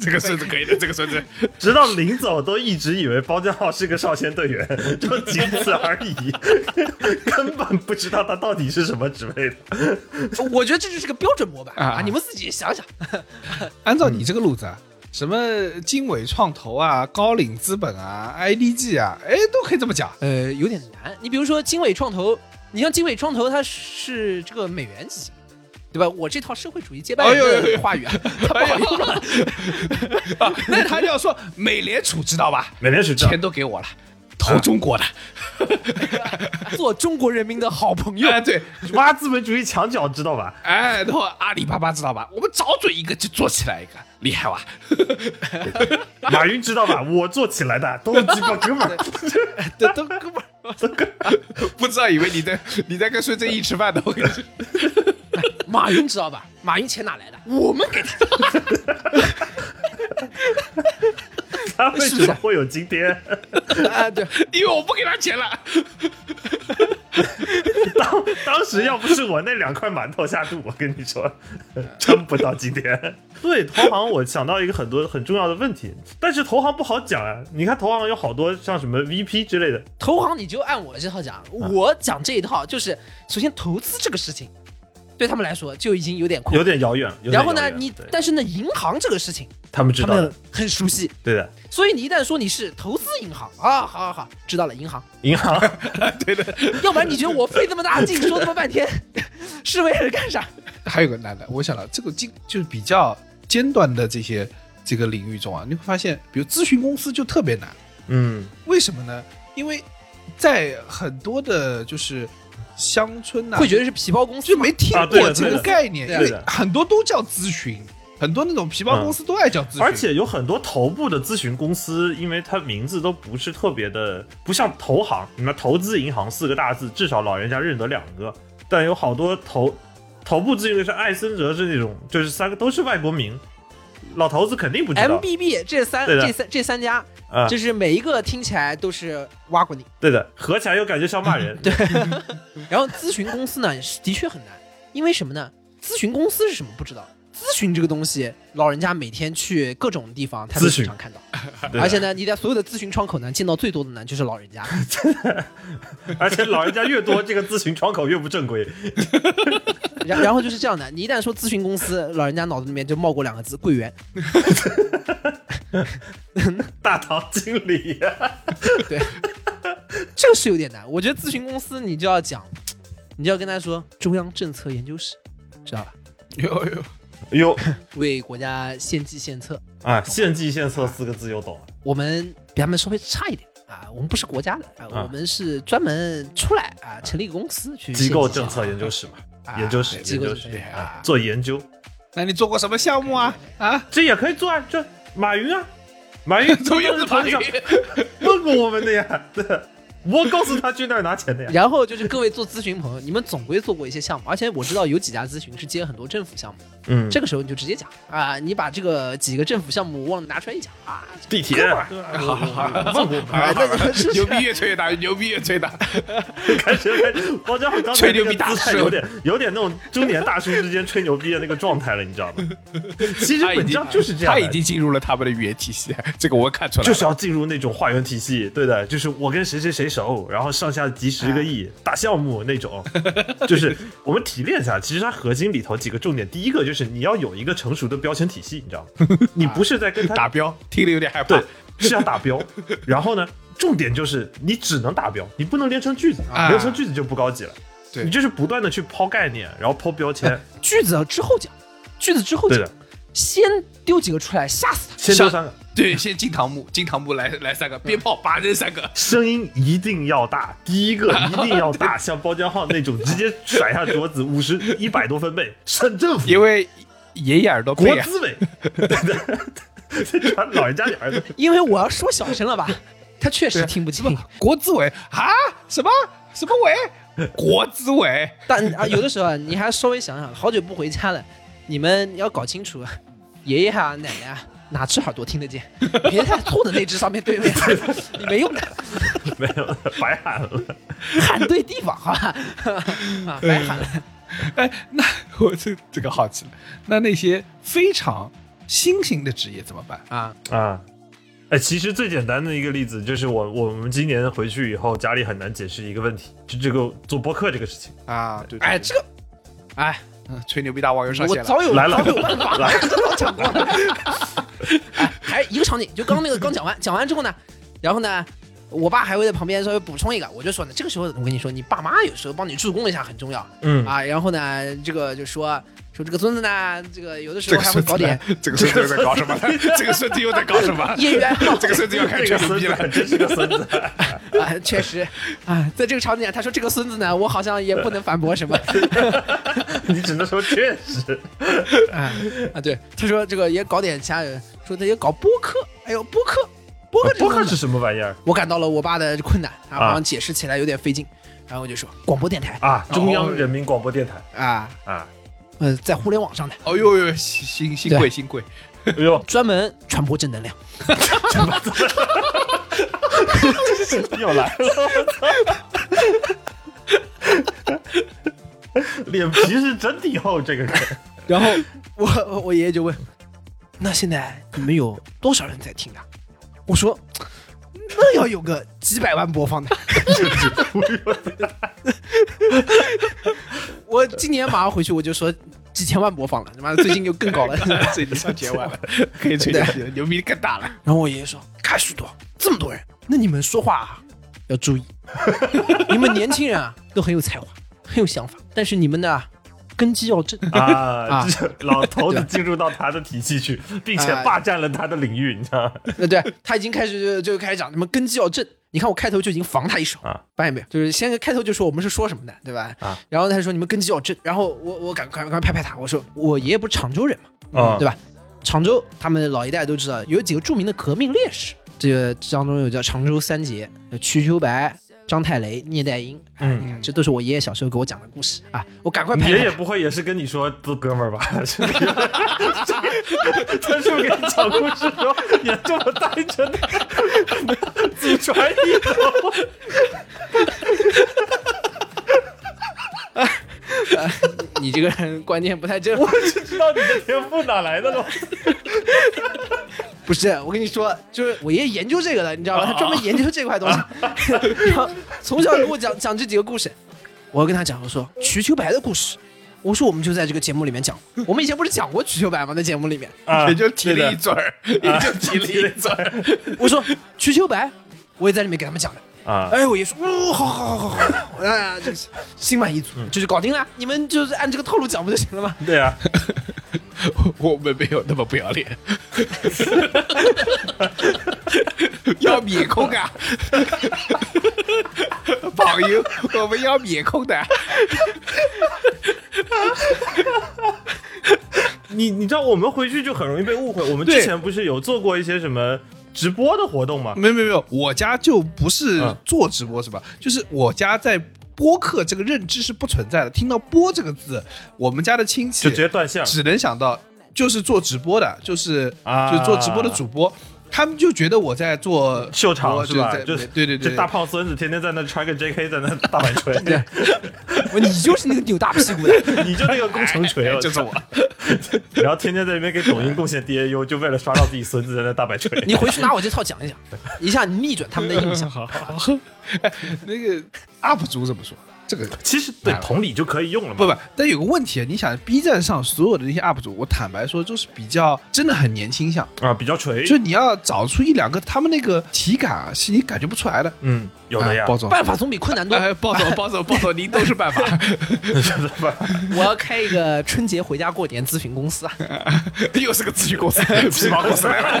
Speaker 3: 这个孙子可以的，这个孙子
Speaker 5: 直到临走都一直以为包家浩是个少先队 <laughs> 员，就仅此而 <laughs> 已，根本不知道他到底是什么职位的。
Speaker 4: <laughs> 我觉得这就是个标准模板
Speaker 3: 啊
Speaker 4: 啊，你们自己想想。
Speaker 3: 按照
Speaker 4: 嗯
Speaker 3: 你这个路子啊，什么经纬创投啊、高瓴资本啊、IDG 啊，哎，都可以这么讲。
Speaker 4: 呃，有点难。你比如说经纬创投，你像经纬创投，它是这个美元基金，对吧？我这套社会主义接班
Speaker 3: 哎呦
Speaker 4: 人
Speaker 3: 哎
Speaker 4: 的
Speaker 3: 呦
Speaker 4: 话语啊，它
Speaker 3: <laughs> 哎
Speaker 4: 不
Speaker 3: 呦
Speaker 4: 好用了。
Speaker 3: 啊那他要说美联储知道吧？
Speaker 5: 美联储这
Speaker 3: 钱都给我了，投中国的。
Speaker 4: 啊做中国人民的好朋
Speaker 3: <laughs>
Speaker 4: 友
Speaker 3: 哎，对，
Speaker 5: 挖资本主义墙角，知道 <laughs> 吧？
Speaker 3: 哎，然后阿里巴巴知道吧？我们找准一个就做起来一个，厉害吧？ <laughs>
Speaker 5: 马云知道吧？我做起来的，都是鸡巴哥们 <laughs> 儿。
Speaker 4: 都都哥们儿，
Speaker 3: 不知道以为你在你在跟孙正义吃饭呢。我跟你
Speaker 4: <laughs>
Speaker 3: 说，
Speaker 4: 马云知道吧？马云钱哪来的？我们给他的。
Speaker 5: 他为什么会有今天？
Speaker 4: <laughs> 啊，对，
Speaker 3: 因为我不给他钱了。
Speaker 5: 当当时要不是我那两块馒头下肚，我跟你说，真不到今天。对投行，我想到一个很多很重要的问题，但是投行不好讲啊。你看投行有好多像什么 VP 之类的，
Speaker 4: 投行你就按我这套讲，我讲这一套就是，首先投资这个事情，对他们来说就已经有点困
Speaker 5: 有
Speaker 4: 难。
Speaker 5: 点遥远。有点
Speaker 4: 然后
Speaker 5: 遥
Speaker 4: 呢，
Speaker 5: 远
Speaker 4: 你
Speaker 5: 对
Speaker 4: 但是呢，银行这个事情
Speaker 5: 他们知
Speaker 4: 他
Speaker 5: 道的
Speaker 4: 们，很熟悉，
Speaker 5: 对的，
Speaker 4: 所以你一旦说你是投资银行啊，好好好，知道了，银行。
Speaker 5: 银行
Speaker 4: <laughs> 要不然你觉得我费那么大劲说那么半天， <laughs> 是为了干啥？
Speaker 3: 还有个男的，我想到这个经就是比较尖端的这些这个领域中啊，你会发现，比如咨询公司就特别难。
Speaker 5: <laughs> 嗯，
Speaker 3: 为什么呢？因为在很多的就是乡村呐、
Speaker 4: 会觉得是皮包公司
Speaker 3: 就
Speaker 4: 吗
Speaker 3: 没听
Speaker 5: 啊对
Speaker 3: 过
Speaker 5: 的
Speaker 3: 这个
Speaker 5: 对的
Speaker 3: 概念，
Speaker 4: 对
Speaker 3: 因
Speaker 4: 的
Speaker 3: 为很多都叫咨询，很多那种皮包公司都爱叫咨询，
Speaker 5: <laughs> 嗯而且有很多头部的咨询公司，因为它名字都不是特别的，不像投行，你们投资银行四个大字，至少老人家认得两个。但有好多头头部咨询公司，艾森哲是那种，就是三个都是外国名，老头子肯定不知道。
Speaker 4: MBB 这三
Speaker 5: 对的
Speaker 4: 这三这三家，
Speaker 5: 啊、
Speaker 4: 就是每一个听起来都是挖过你。
Speaker 5: <laughs> 对的，合起来又感觉像
Speaker 4: <laughs>
Speaker 5: 骂人。对，
Speaker 4: 然后咨询公司呢，是的确很难，因为什么呢？咨询公司是什么不知道。咨询这个东西，老人家每天去各种地方，他都
Speaker 5: 咨
Speaker 4: 经
Speaker 5: 询
Speaker 4: 常看到。而且呢，你在所有的咨询窗口呢，见到最多的呢就是老人家。
Speaker 5: 而且老人家越多，这个咨询窗口越不正规。 <laughs>
Speaker 4: 然然后就是这样的，你一旦说咨询公司，老人家脑子里面就冒过两个字：柜员。
Speaker 5: 大堂经理， <laughs>
Speaker 4: 对，这个是有点难。我觉得咨询公司你就要讲，你就要跟他说中央政策研究室，知道吧？
Speaker 3: 有有
Speaker 5: 哟，
Speaker 4: 为国家献计献策，
Speaker 5: 啊，献计献策四个字又懂了。
Speaker 4: 我们比他们稍微差一点啊，我们不是国家的啊，
Speaker 5: 啊
Speaker 4: 我们是专门出来啊，成立一个公司去
Speaker 5: 机构
Speaker 4: 献计献
Speaker 5: 政策研究室嘛，
Speaker 3: 啊
Speaker 5: 研究室，
Speaker 4: 机
Speaker 5: 研
Speaker 4: 构
Speaker 5: 究
Speaker 4: 政策
Speaker 5: 室
Speaker 4: 啊，
Speaker 5: 做研究。
Speaker 3: 哎那你做过什么项目啊？
Speaker 5: <laughs>
Speaker 3: 啊，
Speaker 5: 这也可以做啊，这马
Speaker 3: <laughs>
Speaker 5: 云啊，马云
Speaker 3: 怎么又是马云
Speaker 5: 上问过我们的呀， <laughs> 对，我告诉他去那儿拿钱的呀，
Speaker 4: 然后就是各位做咨询朋友，你们总归做过一些项目，而且我知道有几家咨询是接很多政府项目的，
Speaker 5: 嗯，
Speaker 4: 这个时候你就直接讲啊，你把这个几个政府项目忘了拿出来一讲啊，
Speaker 3: <laughs>
Speaker 5: 地铁，好好好， <laughs> 问过我们，
Speaker 4: 啊，那你是
Speaker 3: 牛逼越吹越大，牛逼越吹越大。
Speaker 5: 开始开始，包家浩刚才
Speaker 3: 吹
Speaker 5: 那
Speaker 3: 牛
Speaker 5: 个
Speaker 3: 逼大
Speaker 5: 姿态
Speaker 3: 师
Speaker 5: 有点有点那种中年大叔之间吹牛逼的那个状态了，你知道
Speaker 3: <laughs>
Speaker 5: 吗？其实本质上就是这样
Speaker 3: 他
Speaker 5: 的，
Speaker 3: 已经进入了他们的语言体系， <laughs> 这个我看出来了。
Speaker 5: 就是要进入那种化缘体系，对的，就是我跟谁谁谁熟，然后上下几十个
Speaker 3: 哎
Speaker 5: 亿、大项目
Speaker 3: <laughs>
Speaker 5: 那种，就是我们提炼一下，其实它核心里头几个重点，第一个就是你要有一个成熟的标签体系，你知道
Speaker 3: <laughs>
Speaker 5: 吗？你不是在跟他
Speaker 3: 打标，听得有点害怕
Speaker 5: 对。，是要打标，然后呢，重点就是你只能打标，你不能连成句子，
Speaker 3: 啊
Speaker 5: 连成句子就不高级了。
Speaker 3: 对
Speaker 5: 你就是不断的去抛概念，然后抛标
Speaker 3: <laughs>
Speaker 5: 签，
Speaker 4: 句子之后讲，句子之后
Speaker 5: 对
Speaker 4: 讲
Speaker 5: 的，，
Speaker 4: 先丢几个出来吓死他。
Speaker 5: 先丢三个，
Speaker 3: 对，先进堂木，进堂木来来三个，鞭炮把扔三个。
Speaker 5: 声音一定要大，第一个一定要大，像包浆浩那种直接甩下桌子，五十一百多分贝，省政府、
Speaker 3: 因为爷爷耳朵背
Speaker 5: 国
Speaker 3: 啊，
Speaker 5: 资委，对对，传老人家的儿子，
Speaker 4: 因为我要说小声了吧， <laughs> 他确实听不清。
Speaker 3: 国资委啊，什么什么委，国资委
Speaker 4: 但 <laughs> 啊，有的时候啊，你还稍微想想，好久不回家了，你们要搞清楚，爷爷啊、奶奶啊，哪只耳朵听得 <laughs> 见？别在错的那只上面 <laughs> 对面喊，你没用的，
Speaker 5: 没有了白喊了。
Speaker 4: 喊对地方好吧？ <laughs> 啊，白喊了。
Speaker 3: 哎，那我这这个好奇了，那那些非常新型的职业怎么办？
Speaker 4: 啊，
Speaker 5: 啊。哎，其实最简单的一个例子就是我我们今年回去以后，家里很难解释一个问题，是这个做播客这个事情。
Speaker 3: 啊，对，
Speaker 4: 哎，这个，哎，
Speaker 3: 嗯吹牛逼大王又上
Speaker 4: 我
Speaker 3: 线了。
Speaker 4: 早有
Speaker 5: 来了
Speaker 4: 早有办法，这个早讲过了。哎，还一个场景，就刚刚那个刚讲完，讲完之后呢，然后呢，我爸还会在旁边稍微补充一个，我就说呢，这个时候我跟你说，你爸妈有时候帮你助攻一下很重要
Speaker 5: 嗯，
Speaker 4: 啊。然后呢，这个就说说这个孙子呢，这个有的时
Speaker 3: 这
Speaker 4: 候
Speaker 3: 个
Speaker 4: 还会
Speaker 3: 孙
Speaker 4: 搞
Speaker 3: 子
Speaker 4: 点 <laughs>
Speaker 3: 呢，这个孙子又在搞什么？这个孙子又在搞什么？
Speaker 4: 业
Speaker 3: <laughs>
Speaker 4: 余爱好
Speaker 3: 这个孙子要开
Speaker 5: 这
Speaker 3: 始
Speaker 5: 个
Speaker 3: 吹牛逼了。
Speaker 5: 孙子还真是个孙子。
Speaker 4: 啊，确实啊，在这个场景，他说这个孙子呢，我好像也不能反驳什么。
Speaker 5: 你只能说确实，
Speaker 4: 啊啊，对，他说这个也搞点其他人，说他也搞播客，哎呦，播客，播客这
Speaker 5: 播
Speaker 4: 个东
Speaker 5: 客
Speaker 4: 西
Speaker 5: 是什么玩意儿
Speaker 4: 我感到了我爸的困难啊，
Speaker 5: 啊
Speaker 4: 好像解释起来有点费劲，然后我就说广播电台
Speaker 5: 啊？中央人民广播电台
Speaker 4: 啊，
Speaker 5: 啊，
Speaker 4: 呃，在互联网上的
Speaker 3: 哦呦呦，新新贵新贵，
Speaker 5: 哎呦，
Speaker 4: 专门传播正能量，
Speaker 5: 又来了， <laughs> 脸皮是真挺厚，这个人
Speaker 4: 然后我我爷爷就问，那现在你们有多少人在听啊？我说。那要有个几百万播放的， <laughs> 我今年马上回去我就说几千万播放了，他妈的最近又更高了，
Speaker 3: <laughs> 这已经上千万了，可 <laughs> 以吹牛逼了，牛逼更大了。
Speaker 4: 然后我爷爷说：“看许多，这么多人，那你们说话、啊、要注意，你们年轻人啊都很有才华，很有想法，但是你们呢根基要正。
Speaker 5: 啊
Speaker 4: 啊，
Speaker 5: 这老头子进入到他的体系去，并且
Speaker 4: 啊
Speaker 5: 霸占了他的领域，你知道吗？
Speaker 4: <laughs> 那呃对他已经开始就就开始讲，你们根基要正。你看我开头就已经防他一手
Speaker 5: 啊，
Speaker 4: 发现没有？就是先开头就说我们是说什么的，对吧？
Speaker 5: 啊，
Speaker 4: 然后他说你们根基要正，然后我我赶赶赶快拍拍他，我说我爷爷不是常州人嘛，
Speaker 5: 啊
Speaker 4: 嗯对吧？常州他们老一代都知道有几个著名的革命烈士，这个当中有叫常州三杰，有瞿秋白、张太雷、聂代英，嗯，你看这都是我爷爷小时候给我讲的故事啊，我赶快
Speaker 5: 你
Speaker 4: 拍
Speaker 5: 爷爷
Speaker 4: 拍。
Speaker 5: 不会也是跟你说做哥们儿吧？ <laughs> 是不是他是不是给你讲故事的时候也这么带着 <laughs> 的？祖传一口，
Speaker 4: <laughs> 你这个人观念不太正，
Speaker 5: 就知道你的天赋哪来的了？
Speaker 4: 不是，我跟你说，就是我爷爷研究这个的，你知道
Speaker 3: 啊
Speaker 4: 吧？他专门研究这
Speaker 3: <laughs>
Speaker 4: 块东西，然后从小给我讲讲这几个故事。我跟他讲，我说瞿秋白的故事，我说我们就在这个节目里面讲，我们以前不是讲过瞿秋白吗？在节目
Speaker 3: <laughs>
Speaker 4: 里面，
Speaker 5: 啊
Speaker 3: 也就提了一
Speaker 5: 对
Speaker 3: 嘴儿，也就提了一嘴儿。
Speaker 4: 我说瞿秋白，我也在里面给他们讲的。
Speaker 5: 的啊，
Speaker 4: 哎，我爷说，哦，好好好好好，哎呀，这是心满意足，这就搞定了。你们就是按这个套路讲不就行了
Speaker 3: <laughs>
Speaker 4: 吗？
Speaker 5: 对啊，
Speaker 3: <laughs> 我们没有那么不要脸， <laughs> 要面孔啊， <laughs> 朋友，我们要面孔的。
Speaker 5: 你你知道我们回去就很容易被误会。我们之
Speaker 3: 对
Speaker 5: 前不是有做过一些什么直播的活动吗？
Speaker 3: 没有没有没有，我家就不是
Speaker 5: 嗯
Speaker 3: 做直播是吧？就是我家在播客这个认知是不存在的，听到“播”这个字，我们家的亲戚
Speaker 5: 就直接断线儿
Speaker 3: 只能想到就是做直播的，就是、
Speaker 5: 啊
Speaker 3: 就是做直播的主播，他们就觉得我在做
Speaker 5: 秀场
Speaker 3: 我
Speaker 5: 是
Speaker 3: 哦
Speaker 5: 吧
Speaker 3: 就？在
Speaker 5: 就
Speaker 3: 对对
Speaker 5: 这
Speaker 3: 对，
Speaker 5: 大胖孙子天天在那穿个 JK 在那大摆锤，
Speaker 4: 我你就是那个扭大屁股的，
Speaker 5: <laughs> 你就那个工程锤，啊
Speaker 3: <laughs> 就是
Speaker 5: <laughs>
Speaker 3: 我。
Speaker 5: 然后天天在那边给抖音贡献 DAU，就为了刷到自己孙子在那大摆锤。
Speaker 4: 你回去拿我这套
Speaker 3: <laughs>
Speaker 4: 讲一讲，一下你逆转他们的印象。
Speaker 3: 哎，那个 UP 主怎么说？这个
Speaker 5: 其实对同理就可以用了嘛
Speaker 3: 不。不，但有个问题，啊你想 B 站上所有的那些 UP 主，我坦白说，就是比较真的很年轻向，
Speaker 5: 啊，比较锤，
Speaker 3: 就你要找出一两个他们那个体感啊，是你感觉不出来的。
Speaker 5: 嗯，有的呀
Speaker 3: 哎，包总，
Speaker 4: 办法总比困难多。
Speaker 3: 哎，包 <laughs> 总，包总，包总，您都是办 <laughs> 法，
Speaker 5: <laughs>
Speaker 4: 我要开一个春节回家过年咨询公司啊！
Speaker 3: <laughs> 又是个咨询公司，
Speaker 4: <laughs>
Speaker 3: 皮毛公司来了，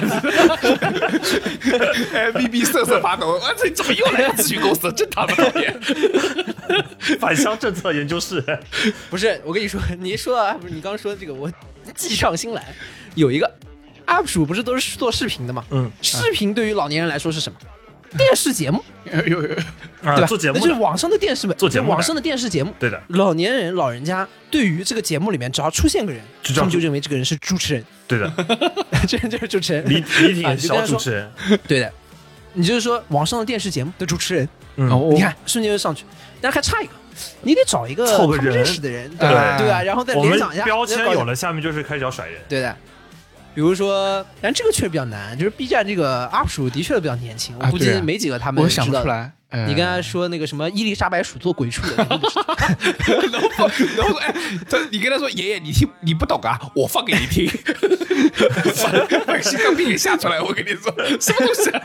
Speaker 3: 哎，B B 瑟瑟发 <laughs> 抖，啊，这怎么又来了咨询公司？真他妈讨厌！
Speaker 5: 反向政策研究室，
Speaker 4: <laughs> 不是，我跟你说，你一说啊，不是你刚说这个，我计上心来。有一个 UP 主不是都是做视频的吗？
Speaker 5: 嗯，
Speaker 4: 视频对于老年人来说是什么？
Speaker 3: 嗯
Speaker 4: 电视
Speaker 3: <laughs>
Speaker 4: 节目，
Speaker 3: 哎呦呦，
Speaker 5: 啊
Speaker 4: 对吧？
Speaker 5: 做节目
Speaker 4: 那
Speaker 5: 的
Speaker 4: 就是网上的电视呗，
Speaker 5: 做节目的
Speaker 4: 网上的电视节目。
Speaker 5: 对的，
Speaker 4: 老年人、老人家对于这个节目里面，只要出现个人，
Speaker 5: 就知道
Speaker 4: 他们就认为这个人是主持人， <laughs>
Speaker 5: 对的，
Speaker 4: 这人就是主持人。
Speaker 5: 李李挺
Speaker 4: 啊就跟
Speaker 5: 小
Speaker 4: 他
Speaker 5: 主
Speaker 4: 说
Speaker 5: 持人，
Speaker 4: 对的，你就是说网上的电视节目的主持人，
Speaker 5: 嗯，
Speaker 4: 你看瞬间就上去，但是还差一个，你得找一个
Speaker 5: 凑个
Speaker 4: 他们
Speaker 5: 人
Speaker 4: 认识的人，
Speaker 3: 对
Speaker 4: 对吧？对啊吧？然后再
Speaker 5: 我
Speaker 4: 联
Speaker 5: 们
Speaker 4: 想一下，
Speaker 5: 标
Speaker 4: 再
Speaker 5: 签
Speaker 4: 搞一下
Speaker 5: 有了，下面就是开始要甩人，
Speaker 4: 对的。比如说，但这个确实比较难，就是 B 站这个 UP 主的确比较年轻，
Speaker 3: 啊
Speaker 4: 我估
Speaker 3: 对
Speaker 4: 计
Speaker 3: 啊
Speaker 4: 没几个他们
Speaker 3: 我想不
Speaker 4: 知道
Speaker 3: 出。来。呃
Speaker 5: 嗯
Speaker 4: 你
Speaker 3: <laughs>
Speaker 4: 刚才说那个什么伊丽莎白鼠做鬼畜的，
Speaker 5: <laughs>
Speaker 4: 你不知道
Speaker 3: 能不能不？哎，他你跟他说爷爷，你听你不懂啊，我放给你 <laughs> 听，把心脏病给吓出来。我跟你说，什么东西、啊？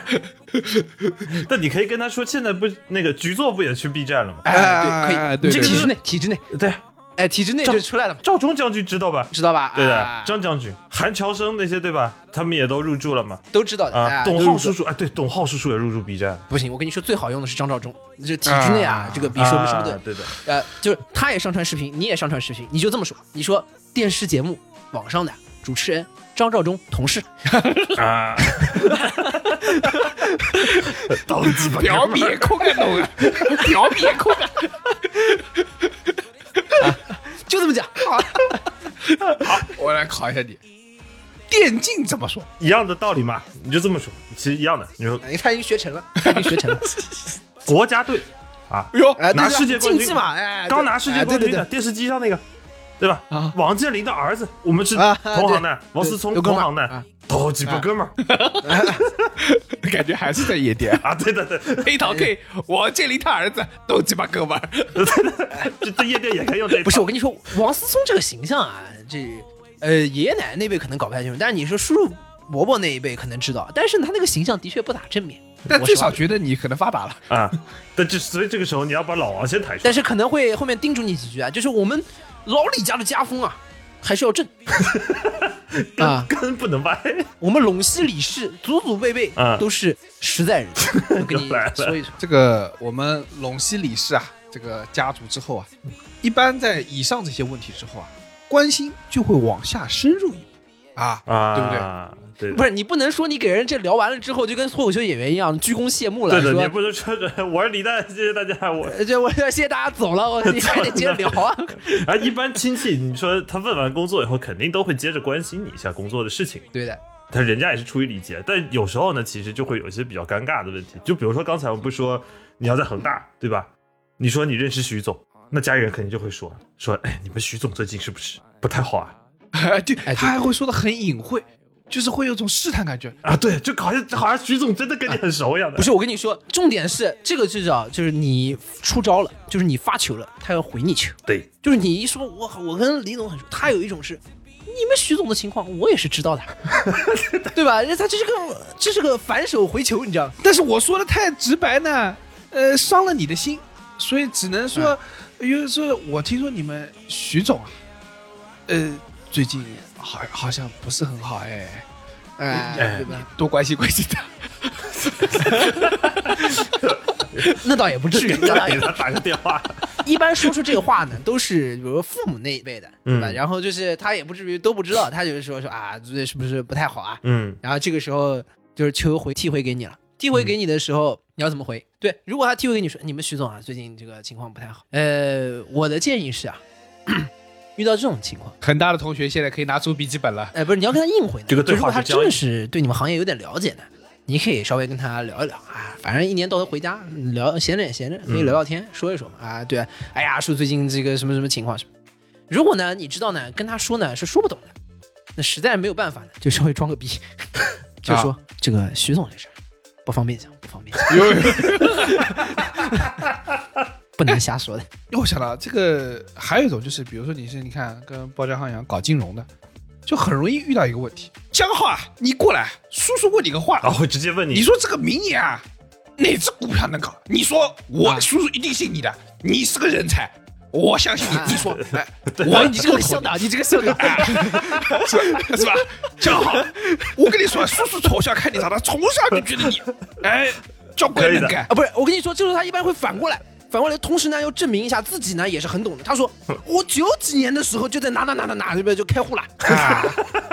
Speaker 5: <laughs> 但你可以跟他说，现在不那个局座不也去 B 站了吗？
Speaker 3: 啊
Speaker 5: 啊
Speaker 4: 哎，对，可以，
Speaker 3: 对
Speaker 4: 你这个体
Speaker 3: 对
Speaker 4: 制内，体制内，
Speaker 5: 对，
Speaker 4: 哎，体制内就出来了嘛，
Speaker 5: 赵忠将军知道吧？
Speaker 4: 知道吧？
Speaker 5: 对的
Speaker 4: 啊，
Speaker 5: 张将军、韩乔生那些对吧？他们也都入驻了嘛？
Speaker 4: 都知道的。
Speaker 5: 啊，
Speaker 4: 哎
Speaker 5: 董
Speaker 4: 都
Speaker 5: 浩
Speaker 4: 知
Speaker 5: 叔叔，哎，对，董浩叔叔也入驻 B 站，
Speaker 4: 不行，我跟你说，最好用的是张召忠，这体制内啊
Speaker 3: 啊，
Speaker 4: 这个比说明什么
Speaker 5: 啊
Speaker 4: 都有
Speaker 5: 对的，
Speaker 4: 呃，就是他也上传视频，你也上传视频，你就这么说，你说电视节目网上的主持人张召忠同事， <laughs>
Speaker 5: 啊，刀子吧
Speaker 3: 表面控啊，懂啊？表面控啊！
Speaker 4: 就这么讲。
Speaker 3: <laughs> 我来考一下你，电竞怎么说？
Speaker 5: 一样的道理嘛，你就这么说，其实一样的。你说
Speaker 4: 哎他已经学成了，他已经学成了， <laughs>
Speaker 5: 国家队啊，
Speaker 3: 哟， <laughs>
Speaker 4: 哎，
Speaker 5: 拿
Speaker 4: 对吧
Speaker 5: 世界冠军
Speaker 4: 竞技嘛，哎，对
Speaker 5: 刚拿世界冠
Speaker 4: 哎对
Speaker 5: 军
Speaker 4: 对
Speaker 5: 的
Speaker 4: 对
Speaker 5: 电视机上那个，对吧
Speaker 3: 啊？
Speaker 5: 王健林的儿子，我们是
Speaker 4: 啊
Speaker 5: 同行的，王思聪
Speaker 4: 有哥
Speaker 5: 同
Speaker 4: 们儿
Speaker 5: 行的
Speaker 4: 啊，
Speaker 5: 都几个哥们儿
Speaker 3: 感觉还是在夜店。
Speaker 5: <laughs> 啊，对的对的，
Speaker 3: 黑桃 K，我建林他儿子都鸡巴哥们儿，
Speaker 5: 这这夜店也可以用这一套，
Speaker 4: 不是我跟你说，王思聪这个形象啊，这呃爷爷奶奶那辈可能搞不太清楚，但是你说叔叔伯伯那一辈可能知道，但是呢他那个形象的确不咋正面，
Speaker 3: <laughs> 但
Speaker 4: 我
Speaker 3: 至
Speaker 4: 是啊
Speaker 3: 少觉得你可能发达了。
Speaker 5: 啊，但这所以这个时候你要把老王先抬出
Speaker 4: 但
Speaker 5: 来，
Speaker 4: 是可能会后面叮嘱你几句啊，就是我们老李家的家风啊，还是要
Speaker 3: <laughs>
Speaker 4: 正 <laughs> 啊。
Speaker 5: 根不能歪，
Speaker 4: 我们陇西李氏祖祖辈辈
Speaker 5: 嗯
Speaker 4: 都是实在 <laughs> 人，我跟你
Speaker 5: 又来了
Speaker 4: 说一说。
Speaker 3: 这个我们陇西李氏啊，这个家族之后啊，一般在以上这些问题之后啊，关心就会往下深入一步啊，对不对？
Speaker 5: 啊，对
Speaker 4: 不
Speaker 5: 的
Speaker 4: 是你不能说你给人这聊完了之后就跟脱口秀演员一样鞠躬谢幕了，
Speaker 5: 对的，你
Speaker 4: 说
Speaker 5: 不能说这我是李诞，谢谢大家，我
Speaker 4: 呃 <laughs> 这我谢谢大家走 <laughs> 了，我你还得接着聊啊。
Speaker 5: 啊，一般亲戚你说他问完工作以后，肯定都会接着关心你一下工作的事情。
Speaker 4: 对的，
Speaker 5: 但人家也是出于理解，但有时候呢，其实就会有一些比较尴尬的问题，就比如说刚才我们不说你要在恒大对吧？你说你认识徐总，那家里人肯定就会说说，哎，你们徐总最近是不是不太好啊？
Speaker 3: <laughs> 就
Speaker 4: 哎对
Speaker 3: 他还会说的很隐晦，就是会有种试探感觉。
Speaker 5: 啊，对，就好像好像徐总真的跟你很熟一样的。
Speaker 4: 不是我跟你说，重点是这个就叫就是你出招了，就是你发球了，他要回你球。
Speaker 5: 对，
Speaker 4: 就是你一说我我跟李总很熟，他有一种是，你们徐总的情况我也是知 <laughs> 道的，对吧？因为他这是个这是个反手回球，你知道吗？
Speaker 3: 但是我说的太直白呢，呃，伤了你的心，所以只能说，因为说我听说你们徐总啊，呃，最近好好像不是很好哎，
Speaker 4: 哎，对吧？
Speaker 3: 多关心关心 <laughs> 他。
Speaker 4: <laughs> 那倒也不至于，那倒也
Speaker 5: 给他打个电话，
Speaker 4: 一般说出这个话呢，都是比如说父母那一辈的，对吧？
Speaker 5: 嗯
Speaker 4: 然后就是他也不至于都不知道，他就是说说啊，这是不是不太好啊？
Speaker 5: <laughs> 嗯，
Speaker 4: 然后这个时候就是球回踢回给你了，踢回给你的时候、
Speaker 5: 嗯
Speaker 4: 你要怎么回？对，如果他踢回给你说，你们徐总啊，最近这个情况不太好。呃，我的建议是啊， <coughs> 遇到这种情况，
Speaker 3: 恒大的同学现在可以拿出笔记本
Speaker 4: <laughs>
Speaker 3: 了。
Speaker 4: 哎、不是你要跟他硬回呢。
Speaker 5: 这个对
Speaker 4: 如果
Speaker 5: 话
Speaker 4: 他
Speaker 5: 是交易
Speaker 4: 真的是对你们行业有点了解呢，你可以稍微跟他聊一聊啊，反正一年到头回家聊闲着也闲着，可以聊聊天，说一说嘛啊，对，哎呀，说最近这个什么什么情况什么。如果呢，你知道呢，跟他说呢是说不懂的，那实在没有办法呢，就稍微装个逼， <laughs> 就说、这个徐总这事儿不方便讲，不方便讲，
Speaker 3: 哟，
Speaker 4: 不能瞎说的。
Speaker 3: 让我想到这个，还有一种就是，比如说你是你看跟包江浩一样搞金融的，就很容易遇到一个问题：江浩啊，你过来，叔叔问你个话，
Speaker 5: 然后会直接问
Speaker 3: 你
Speaker 5: 你，
Speaker 3: 说这个明年啊，哪只股票能搞？你说我
Speaker 4: 啊
Speaker 3: 叔叔一定信你的，你是个人才，我相信
Speaker 4: 啊
Speaker 3: 你。你说，哎，
Speaker 4: 哇
Speaker 3: 我
Speaker 4: 你这个秀导，你这个秀导，
Speaker 3: 是吧 <laughs> 是吧？江浩，我跟你说，叔叔从小看你长大，从小就觉得你，哎，叫
Speaker 5: 可
Speaker 3: 鬼
Speaker 5: 以的
Speaker 3: 能干。
Speaker 4: 哎啊，不是，我跟你说，这时候他一般会反过来，反过来，同时呢又证明一下自己呢也是很懂的。他说我九几年的时候就在哪哪哪哪哪这边就开户了，啊、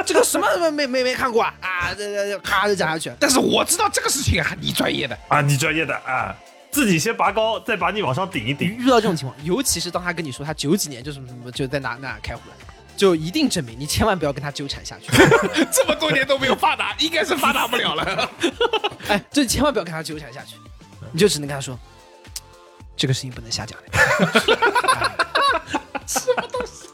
Speaker 4: 这个什么什么没没没看过啊，啊这这这咔就讲下去。
Speaker 3: 但是我知道这个事情啊，你专业的，
Speaker 5: 啊，你专业的啊，自己先拔高，再把你往上顶一顶。
Speaker 4: 遇到这种情况，尤其是当他跟你说他九几年就什么什么就在哪哪开户了，就一定证明你千万不要跟他纠缠下去。
Speaker 3: 这么多年都没有发达，应该是发达不了了。
Speaker 4: <laughs> 哎，就千万不要跟他纠缠下去，你就只能跟他说，这个事情不能瞎讲的。什么 <laughs> 东西？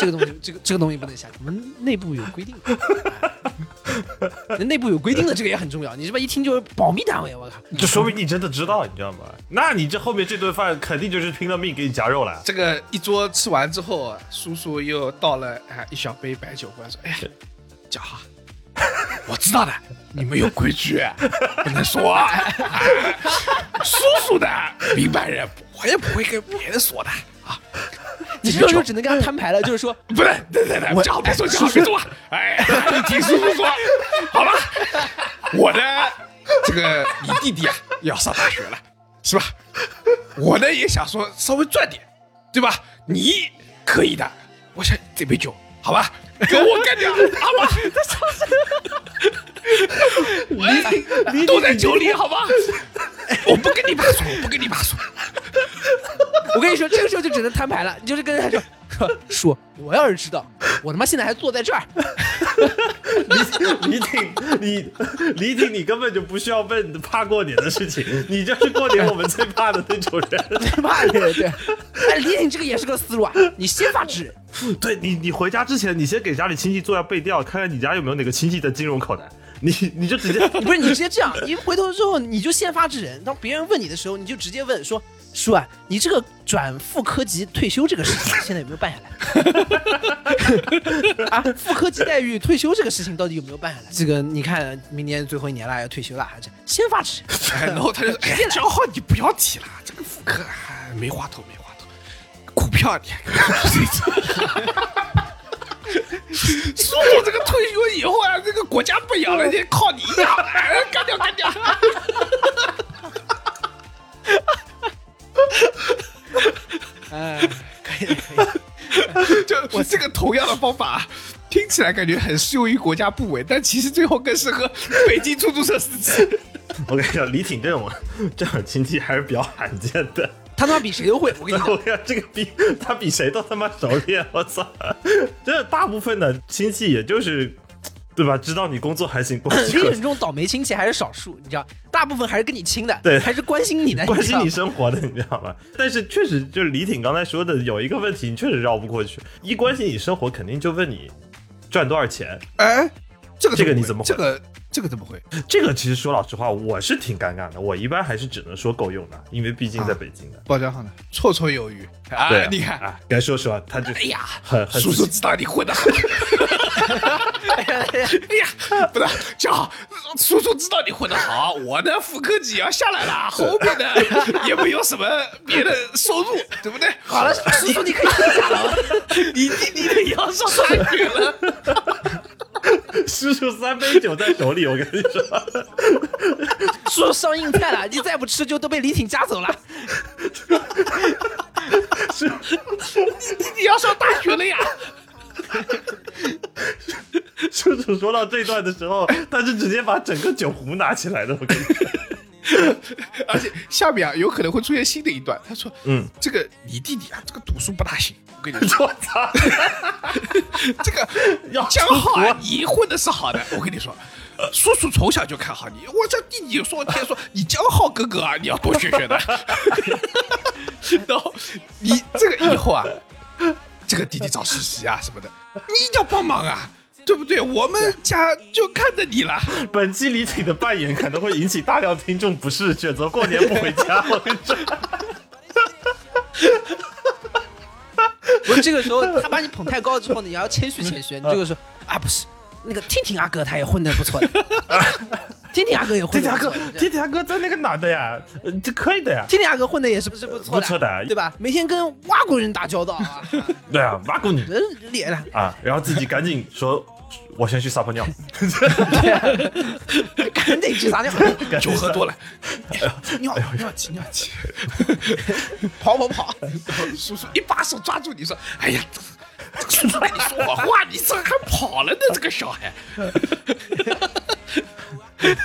Speaker 4: 这个东西，这个这个东西不能瞎讲，我们内部有规定的。哎内部有规定的这个也很重要，你这么一听就是保密单位，我靠！
Speaker 5: 这说明你真的知道，你知道吗？那你这后面这顿饭肯定就是拼了命给你夹 <laughs> 肉了。
Speaker 3: 这个一桌吃完之后，叔叔又倒了啊一小杯白酒过来，说：“哎，嘉豪， <laughs> 我知道的，你们有规矩，不能说。哎 <laughs> 叔叔的明白人，我也不会跟别人说的啊。
Speaker 4: 你这个时候只能跟他摊牌了，就是说，
Speaker 3: 不是，对对对，嘉豪别说，嘉豪别说，哎，你听叔叔说，好吧？我呢，这个你弟弟啊，要上大学了，是吧？我呢也想说稍微赚点，对吧？你可以的，我想这杯酒，好吧，给我干掉，好吧？你都在酒里，好吧？我不跟你爸说，我不跟你爸说，
Speaker 4: 我跟你说，这个时候就只能摊牌了，你就是跟他说，说叔，我要是知道，我他妈现在还坐在这儿，
Speaker 5: 李挺，你李挺，你根本就不需要问怕过年的事情，你就是过年我们最怕的那种人。 <laughs>
Speaker 4: 对吧？对对。哎，李挺这个也是个思路啊，你先发制人。
Speaker 5: 对你，你回家之前，你先给家里亲戚做下背调，看看你家有没有哪个亲戚的金融口袋。你你就直接
Speaker 4: <laughs> 不是你直接这样，你回头之后你就先发制人，当别人问你的时候，你就直接问说：“叔啊，你这个转副科级退休这个事情现在有没有办下来？ <laughs> 啊，副科级待遇退休这个事情到底有没有办下来？这个你看明年最后一年了，要退休了，这先发制人。
Speaker 3: <laughs> 哎然后他就说：“哎，江浩，你不要提了，这个妇科哎没话头，没话头，股票你看谁知道？叔叔这个退休以后啊，这个国家不养了，得靠你养，哎干掉干掉。
Speaker 4: 哎，可以可以。”
Speaker 3: 就我这个同样的方法。听起来感觉很适用于国家部委，但其实最后更适合北京出租车司机。
Speaker 5: 我跟你讲，李挺这种这种亲戚还是比较罕见的。
Speaker 4: 他他妈比谁都会，
Speaker 3: <laughs>
Speaker 4: 我跟你讲，
Speaker 5: 我跟你讲，这个比他比谁都他妈熟练，我操！这大部分的亲戚也就是，对吧？知道你工作还行，关
Speaker 4: 李
Speaker 5: 心
Speaker 4: 挺这种倒霉亲戚还是少数，你知道，大部分还是跟你亲的，
Speaker 5: 对
Speaker 4: 还是关心你的，
Speaker 5: 关心你
Speaker 4: 知道吗
Speaker 5: 生活的，你知道吗？但是确实，就是李挺刚才说的，有一个问题，你确实绕不过去。一关心你生活，肯定就问你赚多少钱。
Speaker 3: 哎，这个
Speaker 5: 这个
Speaker 3: 会
Speaker 5: 你怎么会
Speaker 3: 这个这个怎么会？
Speaker 5: 这个其实说老实话，我是挺尴尬的。我一般还是只能说够用的，因为毕竟在北京的。
Speaker 3: 包浆好呢，绰绰有余啊
Speaker 5: 对啊，
Speaker 3: 你看，
Speaker 5: 啊，该说实话，他就哎
Speaker 4: 呀
Speaker 5: 很很
Speaker 3: 叔叔知道你混的很。 <laughs> 哎呀，不是，正好叔叔知道你混的好，我呢副科级也要下来了，后面呢也没有什么别的收入，对不对？
Speaker 4: 好 <laughs> 了，啊叔叔你可以啊听一下了。
Speaker 3: <laughs> 你弟弟的也要上大学了，
Speaker 5: 叔叔三杯酒在手里，我跟你说。
Speaker 4: <laughs> 叔上硬菜了，你再不吃就都被李挺夹走
Speaker 5: <laughs>
Speaker 4: 了。
Speaker 3: 弟
Speaker 4: <laughs>
Speaker 3: 弟要上大学了呀。
Speaker 5: 叔叔说到这段的时候，他是直接把整个酒壶拿起来的，我跟你说。
Speaker 3: 而且下面啊有可能会出现新的一段，他说，
Speaker 5: 嗯，
Speaker 3: 这个你弟弟啊，这个读书不大行，我跟你说，
Speaker 5: <laughs> 我操！
Speaker 3: <laughs> 这个
Speaker 5: 要
Speaker 3: 江
Speaker 5: 出
Speaker 3: 浩
Speaker 5: 国
Speaker 3: 啊，你混的是好的，我跟你说，叔叔从小就看好你。我这弟弟说天说，你江浩哥哥啊，你要多学学的。 <laughs> 然后你这个以后啊，这个弟弟找实习啊什么的，你一定要帮忙啊，对不对？我们家就看着你了。
Speaker 5: 本期李挺的扮演可能会引起大量听众不适，选择过年不回 <laughs> 家。我跟你说，
Speaker 4: 不是这个时候他把你捧太高之后呢，你要谦虚谦
Speaker 5: 嗯
Speaker 4: 虚。你这个时候啊，不是那个听听阿哥他也混的不错
Speaker 5: <laughs>
Speaker 4: 的，听听阿哥也混
Speaker 5: 铁
Speaker 4: 的
Speaker 5: 甲
Speaker 4: 不错
Speaker 5: 哥
Speaker 4: 的。，
Speaker 5: 铁甲哥在那个哪的呀？呃这可以的呀。
Speaker 4: 听听阿哥混的也是不是不错的，
Speaker 5: 不错的
Speaker 4: 对吧？每天跟
Speaker 5: <laughs>
Speaker 4: 外国人打交道啊，
Speaker 5: 对啊，挖过你
Speaker 4: 人脸了。
Speaker 5: 啊，然后自己赶紧说。我先去撒泡尿，
Speaker 4: 赶紧去撒尿，
Speaker 3: 酒喝多了， <laughs> 哎尿尿急尿 <laughs> 急，
Speaker 4: 跑跑跑！
Speaker 3: <laughs> 叔叔一把手抓住你说：“哎呀，这个叔叔让你说我话，你这还跑了呢？这个小孩。”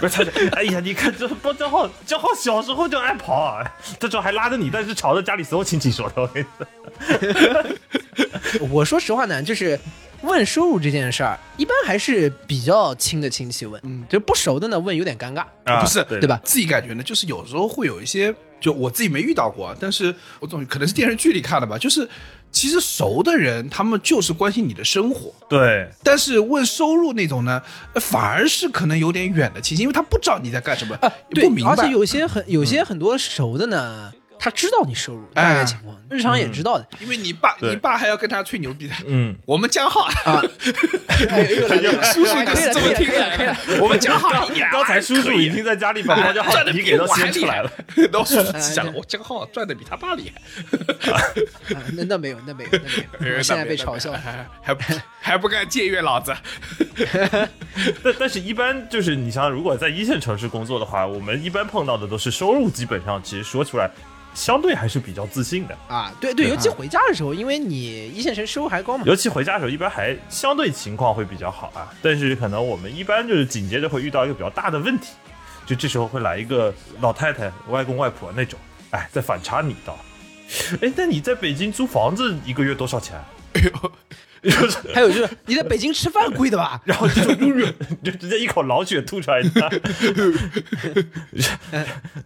Speaker 5: 不是他这，哎呀，你看这包正浩，正浩小时候就爱跑、啊，这时候还拉着你，但是吵着家里所有亲戚说的，我跟你说，
Speaker 4: 我说实话呢，就是问收入这件事儿，一般还是比较亲的亲戚问，就是不熟的呢问有点尴尬。
Speaker 5: 啊
Speaker 3: 不是
Speaker 5: 对
Speaker 4: 嗯对吧
Speaker 3: 自己感觉呢，就是有时候会有一些，就我自己没遇到过，啊但是我总可能是电视剧里看的吧，就是其实熟的人他们就是关心你的生活，
Speaker 5: 对，
Speaker 3: 但是问收入那种呢，呃反而是可能有点远的亲戚，因为他不知道你在干什么，也
Speaker 4: 啊对
Speaker 3: 不明，白。
Speaker 4: 而且有些很有些很多熟的呢，他知道你收入大概情况，日常也知道的
Speaker 3: 因为你爸，
Speaker 5: 对
Speaker 3: 你爸还要跟他吹牛逼的。
Speaker 5: 嗯，
Speaker 3: 我们哎江浩，
Speaker 4: 啊。又来了，
Speaker 3: 叔叔就是这么听
Speaker 4: 可以了，可以了。
Speaker 3: 我们江浩一年
Speaker 5: 刚才叔叔已经在家里把包正浩
Speaker 3: 赚的
Speaker 5: 题
Speaker 3: 比
Speaker 5: 给他
Speaker 3: 我还
Speaker 5: 掀
Speaker 3: 厉
Speaker 5: 出来
Speaker 3: 害 <laughs>
Speaker 5: 了，，
Speaker 3: 然后叔叔想了，
Speaker 4: 哎
Speaker 3: 我江浩赚的比他爸厉害。
Speaker 4: 啊那那没有，那没有，
Speaker 3: 哎
Speaker 4: 那没有，我现在被嘲 <laughs> 笑。
Speaker 3: 还还不还不敢僭越老子？
Speaker 5: 但但是，一般就是你像如果在一线城市工作的话，我们一般碰到的都是收入基本上其实说出来，相对还是比较自信的。
Speaker 4: 啊，对对，尤其回家的时候，因为你一线城市收入还高嘛，
Speaker 5: 尤其回家的时候，一般还相对情况会比较好啊。但是可能我们一般就是紧接着会遇到一个比较大的问题，就这时候会来一个老太太、外公外婆那种，哎，在反差你一道。哎，那你在北京租房子一个月多少钱？啊
Speaker 4: 还有就是你在北京吃饭贵的吧？
Speaker 5: 然后就说 <laughs> 永远就直接一口老血吐出来，你知道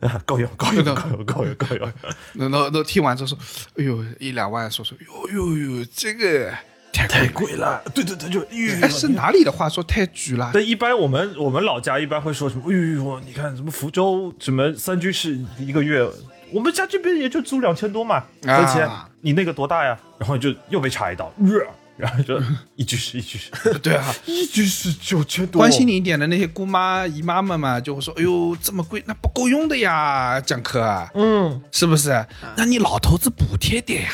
Speaker 5: 啊 <laughs> 够用，够用，够用，够用，够用。
Speaker 3: 那那那听完之后说，哎呦，一两万，说说，哟哟哟，这个太
Speaker 5: 太
Speaker 3: 贵了。
Speaker 5: 贵了，对对对，就哎
Speaker 3: 哎，是哪里的话说太举了？
Speaker 5: 但一般我们我们老家一般会说什么？哎呦，你看什么福州什么三居室一个月，我们家这边也就租两千多嘛，而且你那个多大呀？然后就又被插一刀， <laughs> 呃然后就一居室一居室
Speaker 3: 对啊，
Speaker 5: <laughs> 一居室九千多，
Speaker 3: 关心你一点的那些姑妈姨妈们嘛，就会说，哎呦，这么贵，那不够用的呀，蒋科，
Speaker 5: 嗯，
Speaker 3: 是不是？那你老头子补贴点呀。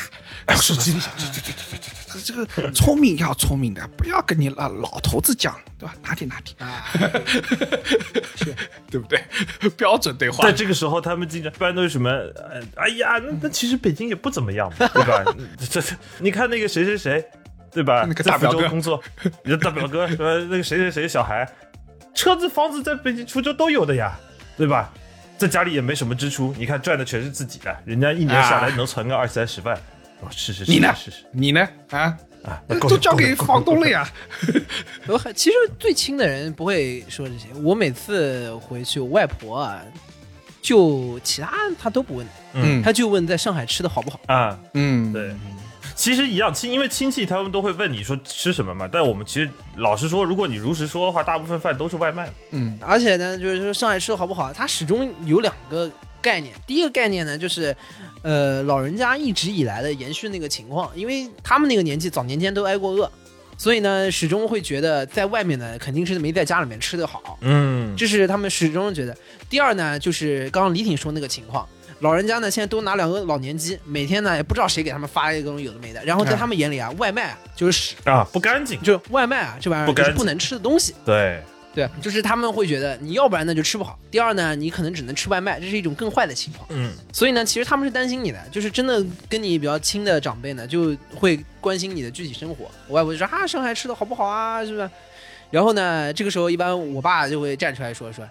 Speaker 3: 哎，手机里想，对对对对对对，这
Speaker 5: <laughs>
Speaker 3: 个聪明要聪明的，不要跟你老老头子讲，对吧？哪里哪里，
Speaker 5: 啊
Speaker 3: <laughs> 对不对？标准对
Speaker 5: <laughs>
Speaker 3: 话
Speaker 5: 但这个时候，他们经常一般都是什么？呃，哎呀，那那其实北京也不怎么样
Speaker 3: <laughs>
Speaker 5: 嘛，对吧？这这，你看那个谁谁谁，对吧？
Speaker 3: 那个
Speaker 5: 在
Speaker 3: 大
Speaker 5: 福
Speaker 3: 表哥
Speaker 5: 州工作，你的大
Speaker 3: <laughs>
Speaker 5: 表哥，呃，那个谁谁谁小孩，车子、房子在北京、福州都有的呀，对吧？在家里也没什么支出，你看赚的全是自己的，人家一年下来能存个二三十万。哦，是是是，
Speaker 3: 啊你呢
Speaker 5: 是是
Speaker 3: 你呢？啊，
Speaker 5: 啊，那够
Speaker 3: 都交给
Speaker 5: 够
Speaker 3: 房东了呀。
Speaker 4: 我还其实最亲的人不会说这些，我每次回去，我外婆啊，就其他他都不问，
Speaker 5: 嗯
Speaker 4: 他就问在上海吃的好不好。
Speaker 5: 啊，
Speaker 3: 嗯，
Speaker 5: 对，其实一样亲，因为亲戚他们都会问你说吃什么嘛。但我们其实老实说，如果你如实说的话，大部分饭都是外卖。
Speaker 3: 嗯
Speaker 4: 而且呢，就是说上海吃的好不好，它始终有两个概念。第一个概念呢，就是，呃，老人家一直以来的延续那个情况，因为他们那个年纪早年间都挨过饿，所以呢，始终会觉得在外面呢肯定是没在家里面吃的好，
Speaker 5: 嗯，
Speaker 4: 这是他们始终觉得。第二呢，就是刚刚李挺说那个情况。老人家呢，现在都拿两个老年机，每天呢也不知道谁给他们发一个有的没的，然
Speaker 5: 哎
Speaker 4: 后在他们眼里啊，外卖啊就是屎，
Speaker 5: 啊，不干净。
Speaker 4: 就是外卖啊这玩意儿
Speaker 5: 不
Speaker 4: 就
Speaker 5: 干
Speaker 4: 是
Speaker 5: 净
Speaker 4: 不能吃的东西。
Speaker 5: 对，
Speaker 4: 对，就是他们会觉得你要不然呢就吃不好，第二呢你可能只能吃外卖，这是一种更坏的情况。
Speaker 5: 嗯，
Speaker 4: 所以呢，其实他们是担心你的，就是真的跟你比较亲的长辈呢，就会关心你的具体生活。我外婆就说啊，上海吃的好不好啊，是吧？然后呢，这个时候一般我爸就会站出来说说，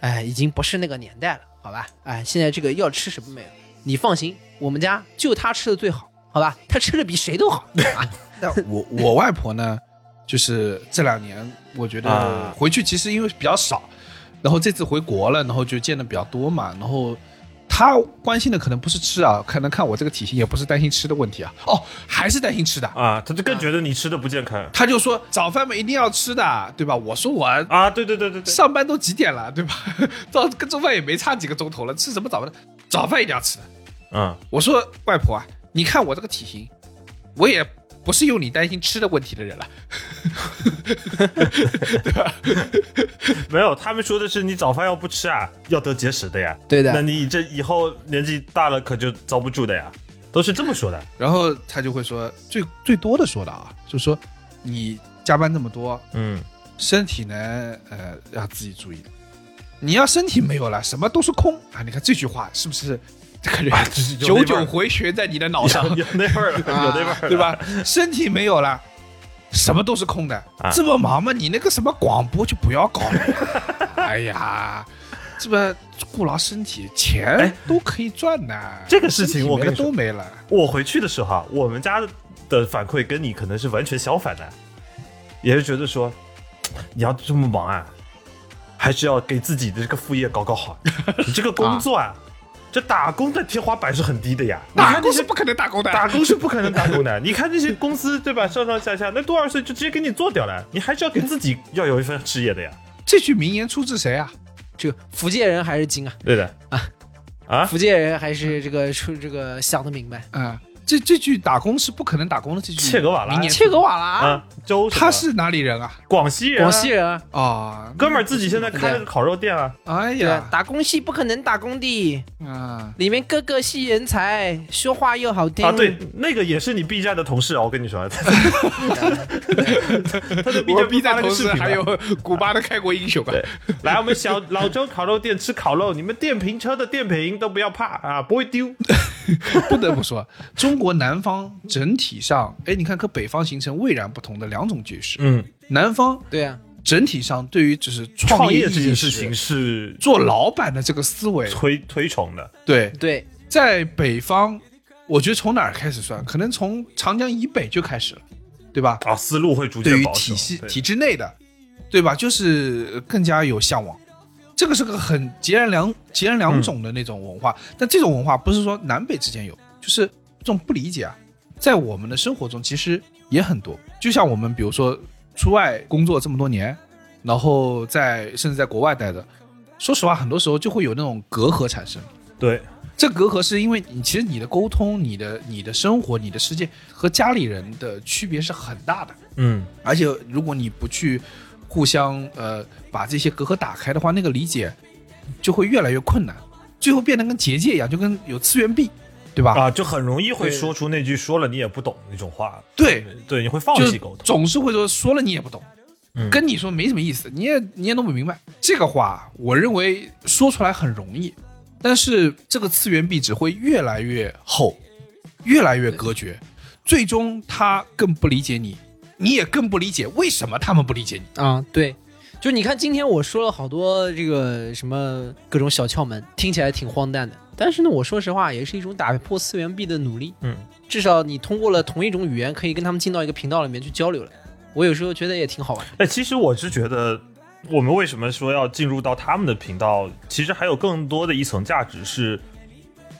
Speaker 4: 哎，已经不是那个年代了，好吧？哎，现在这个要吃什么没有？你放心，我们家就他吃的最好，好吧？他吃的比谁都好。
Speaker 3: 但我我外婆呢，就是这两年我觉得
Speaker 5: 啊
Speaker 3: 回去其实因为比较少，然后这次回国了，然后就见的比较多嘛，然后。她关心的可能不是吃啊，可能看我这个体型也不是担心吃的问题啊，哦，还是担心吃的。
Speaker 5: 啊，他就更觉得你吃的不健康
Speaker 3: 她就说早饭嘛一定要吃的，对吧？我说我
Speaker 5: 啊。对对对对对，
Speaker 3: 上班都几点了，对吧？ <laughs> 到跟中饭也没差几个钟头了，吃什么早饭？早饭一定要吃的。
Speaker 5: 嗯，
Speaker 3: 我说外婆啊，你看我这个体型，我也不是用你担心吃的问题的人了。
Speaker 5: 没有，他们说的是你早饭要不吃啊，要得结石的呀。
Speaker 4: 对的
Speaker 5: 那你这以后年纪大了可就遭不住的呀，都是这么说的。
Speaker 3: 然后他就会说最最多的说的啊，就说你加班这么多，
Speaker 6: 嗯，
Speaker 3: 身体呢，呃，要自己注意。你要身体没有了，什么都是空啊！你看这句话是不是
Speaker 5: <laughs>
Speaker 3: 感觉
Speaker 5: 啊就是有那味
Speaker 3: 久
Speaker 5: 儿
Speaker 3: 久回旋在你的脑
Speaker 5: <laughs>
Speaker 3: 上，
Speaker 5: <laughs> 有那味儿了，有那味儿了，
Speaker 3: 对？吧？身体没有了，什么都是空的。
Speaker 6: 啊
Speaker 3: 这么忙吗？你那个什么广播就不要搞了。
Speaker 5: <laughs>
Speaker 3: 哎呀，这不顾劳身体，钱都可以赚的。
Speaker 5: 哎这个事情我跟
Speaker 3: 身
Speaker 5: 你
Speaker 3: 体没了都
Speaker 5: 说
Speaker 3: 没了。
Speaker 5: 我回去的时候啊，我们家的反馈跟你可能是完全相反的，也是觉得说，你要这么忙啊，还是要给自己的这个副业搞搞 <laughs> 好。你这个工作啊，这打工的天花板是很低的呀。你
Speaker 3: 打
Speaker 5: 看
Speaker 3: 工
Speaker 5: <laughs> 那
Speaker 3: 是
Speaker 5: 些
Speaker 3: 不可能打工的，
Speaker 5: 打工是不可能打工的，你看这些公司对吧，上上下下那多少岁就直接给你做掉了，你还是要给自己要有一份事业的呀。
Speaker 3: 这句名言出自谁啊？
Speaker 4: 这个福建人还是精啊，
Speaker 5: 对的啊
Speaker 4: 福建人还是这个出这个想得明白。
Speaker 3: 啊、这这句打工是不可能打工的这句。
Speaker 5: 切格瓦拉
Speaker 3: 名言
Speaker 4: 切格瓦拉、
Speaker 5: 啊，周什么
Speaker 3: 他是哪里人啊？
Speaker 5: 广西人啊，
Speaker 4: 广西人啊，
Speaker 3: 啊，
Speaker 5: 哥们儿自己现在开了个烤肉店啊，
Speaker 3: 哎
Speaker 4: 对啊
Speaker 3: 呀，
Speaker 4: 打工系不可能打工的，
Speaker 3: 啊，
Speaker 4: 里面个个系人才，说话又好听
Speaker 5: 啊，对，那个也是你 B 站的同事啊，我跟
Speaker 3: <laughs>
Speaker 5: 你说，他的 B
Speaker 3: 我
Speaker 5: 站
Speaker 3: B 站
Speaker 5: 发了
Speaker 3: 同
Speaker 5: 个视
Speaker 3: 事
Speaker 5: 频嘛啊
Speaker 3: 还有古巴的开国英雄啊，
Speaker 5: 来我们小老周烤肉店吃烤肉，你们电瓶车的电瓶都不要怕啊，不会丢。
Speaker 3: 不得不说，中国南方整体上，哎，你看和北方形成蔚然不同的两种局势。
Speaker 5: 嗯，
Speaker 3: 南方
Speaker 4: 对啊，
Speaker 3: 整体上对于就是
Speaker 5: 创
Speaker 3: 业
Speaker 5: 业这
Speaker 3: 意
Speaker 5: 件
Speaker 3: 识
Speaker 5: 事情是
Speaker 3: 做老板的这个思维，
Speaker 5: 推推崇的，
Speaker 3: 对，
Speaker 4: 对，
Speaker 3: 在北方，我觉得从哪儿开始算？可能从长江以北就开始了，对吧？
Speaker 5: 啊，思路会逐
Speaker 3: 对
Speaker 5: 渐
Speaker 3: 于
Speaker 5: 保守。
Speaker 3: 体系
Speaker 5: 对
Speaker 3: 体制内的，对吧？就是呃更加有向往。这个是个很截然两截然
Speaker 5: 嗯
Speaker 3: 两种的那种文化，但这种文化不是说南北之间有，就是这种不理解啊，在我们的生活中其实也很多。就像我们比如说出外工作这么多年，然后在甚至在国外待着，说实话，很多时候就会有那种隔阂产生。
Speaker 5: 对，
Speaker 3: 这隔阂是因为你其实你的沟通、你的你的生活、你的世界和家里人的区别是很大的。
Speaker 5: 嗯，
Speaker 3: 而且如果你不去互相呃把这些隔阂打开的话，那个理解就会越来越困难，最后变得跟结界一样，就跟有次元壁，对吧？
Speaker 5: 啊，就很容易会说出那句说了你也不懂那种话。
Speaker 3: 对，
Speaker 5: 对，你会放
Speaker 3: 就
Speaker 5: 弃
Speaker 3: 是
Speaker 5: 沟通。
Speaker 3: 总是会说说了你也不懂，
Speaker 5: 嗯
Speaker 3: 跟你说没什么意思，你也你也弄不明白。这个话我认为说出来很容易，但是这个次元壁只会越来越厚，越来越隔绝，最终他更不理解你，你也更不理解为什么他们不理解你。
Speaker 4: 啊，对，就你看，今天我说了好多这个什么各种小窍门，听起来挺荒诞的，但是呢，我说实话，也是一种打破次元壁的努力。
Speaker 5: 嗯，
Speaker 4: 至少你通过了同一种语言，可以跟他们进到一个频道里面去交流了。我有时候觉得也挺好玩。
Speaker 5: 哎，其实我是觉得，我们为什么说要进入到他们的频道，其实还有更多的一层价值是，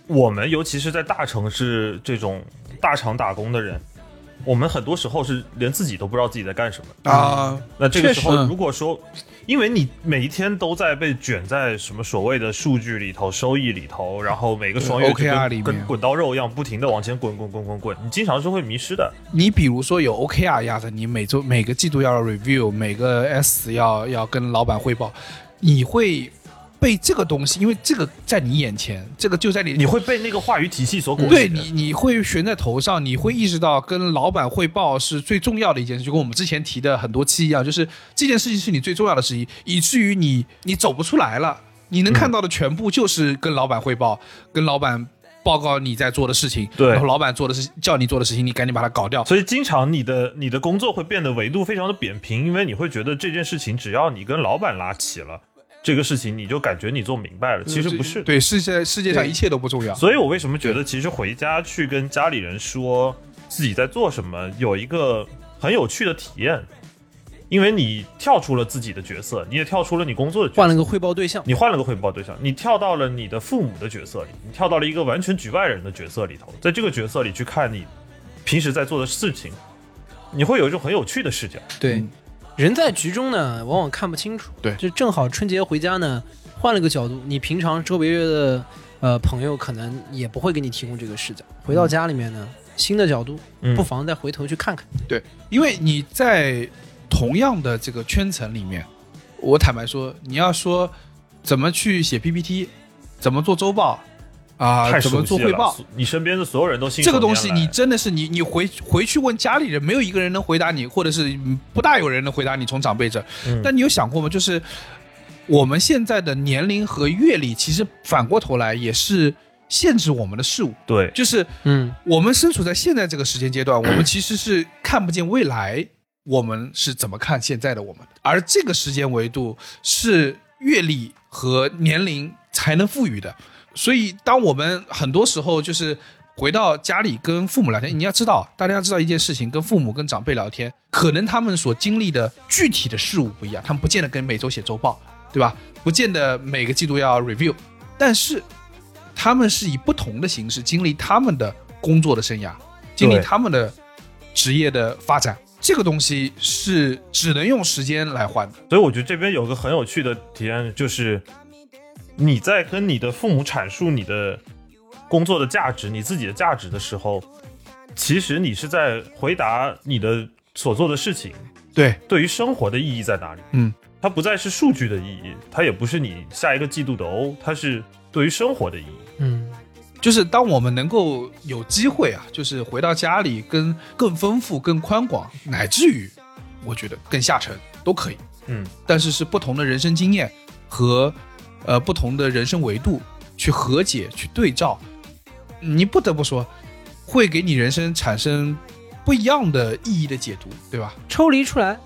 Speaker 5: 我们尤其是在大城市这种大厂打工的人，我们很多时候是连自己都不知道自己在干什么。
Speaker 3: 啊、
Speaker 5: 那这个
Speaker 3: 确
Speaker 5: 时
Speaker 3: 实
Speaker 5: 候，如果说，因为你每一天都在被卷在什么所谓的数据里头、收益里头，然后每个双月就
Speaker 3: 对，OKR 里
Speaker 5: 跟
Speaker 3: 面
Speaker 5: 跟滚刀肉一样，不停的往前滚滚滚滚滚，你经常是会迷失的。
Speaker 3: 你比如说有 OKR 压着你，每周每个季度要 review，每个 S 要要跟老板汇报，你会被这个东西，因为这个在你眼前，这个就在你
Speaker 5: 你会被那个话语体系所裹挟
Speaker 3: 对
Speaker 5: 的。
Speaker 3: 你你会悬在头上，你会意识到跟老板汇报是最重要的一件事，就跟我们之前提的很多期一样，就是这件事情是你最重要的事情，以至于你你走不出来了，你能看到的全部就是跟老板汇报，跟老板。报告你在做的事情，
Speaker 5: 对
Speaker 3: 然后老板做的事，叫你做的事情，你赶紧把它搞掉。
Speaker 5: 所以经常你的你的工作会变得维度非常的扁平，因为你会觉得这件事情只要你跟老板拉齐了，这个事情你就感觉你做明白了，其实不是。
Speaker 3: 嗯对世界世界上一切都不重要。
Speaker 5: 所以我为什么觉得其实回家去跟家里人说自己在做什么，有一个很有趣的体验，因为你跳出了自己的角色，你也跳出了你工作的角色
Speaker 4: 换了个汇报对象，
Speaker 5: 你换了个汇报对象，你跳到了你的父母的角色里，你跳到了一个完全局外人的角色里头，在这个角色里去看你平时在做的事情，你会有一种很有趣的视角。
Speaker 4: 对，
Speaker 3: 嗯
Speaker 4: 人在局中呢，往往看不清楚。
Speaker 3: 对
Speaker 4: 就正好春节回家呢，换了个角度，你平常周别月的呃朋友可能也不会给你提供这个视角。回到家里面呢，新的角度，
Speaker 5: 嗯
Speaker 4: 不妨再回头去看看。
Speaker 3: 对，因为你在同样的这个圈层里面，我坦白说，你要说怎么去写 PPT，怎么做周报，啊、
Speaker 5: 太
Speaker 3: 怎么
Speaker 5: 熟
Speaker 3: 做
Speaker 5: 悉
Speaker 3: 汇
Speaker 5: 了
Speaker 3: 报。，
Speaker 5: 你身边的所有人都信手
Speaker 3: 这个东
Speaker 5: 拈
Speaker 3: 西
Speaker 5: 来
Speaker 3: 你真的是你你回回去问家里人，没有一个人能回答你，或者是嗯不大有人能回答你。从长辈这儿，
Speaker 5: 嗯
Speaker 3: 但你有想过吗？就是我们现在的年龄和阅历，其实反过头来也是限制我们的事物。
Speaker 5: 对，
Speaker 3: 就是
Speaker 4: 嗯，
Speaker 3: 我们身处在现在这个时间阶段，我们其实是看不见未来，我们是怎么看现在的我们，而这个时间维度是阅历和年龄才能赋予的。所以，当我们很多时候就是回到家里跟父母聊天，你要知道，大家要知道一件事情，跟父母跟长辈聊天，可能他们所经历的具体的事物不一样，他们不见得跟每周写周报，对吧？不见得每个季度要 review，但是他们是以不同的形式经历他们的工作的生涯，经历
Speaker 5: 对
Speaker 3: 他们的职业的发展。这个东西是只能用时间来换的。
Speaker 5: 所以我觉得这边有个很有趣的体验，就是你在跟你的父母阐述你的工作的价值、你自己的价值的时候，其实你是在回答你的所做的事情
Speaker 3: 对，
Speaker 5: 对于生活的意义在哪里。
Speaker 3: 嗯，
Speaker 5: 它不再是数据的意义，它也不是你下一个季度的哦，它是对于生活的意义。
Speaker 4: 嗯，
Speaker 3: 就是当我们能够有机会啊，就是回到家里跟更丰富、更宽广，乃至于我觉得更下沉都可以。
Speaker 5: 嗯，
Speaker 3: 但是是不同的人生经验和呃不同的人生维度去和解、去对照，你不得不说会给你人生产生不一样的意义的解读，对吧？
Speaker 4: 抽离出来，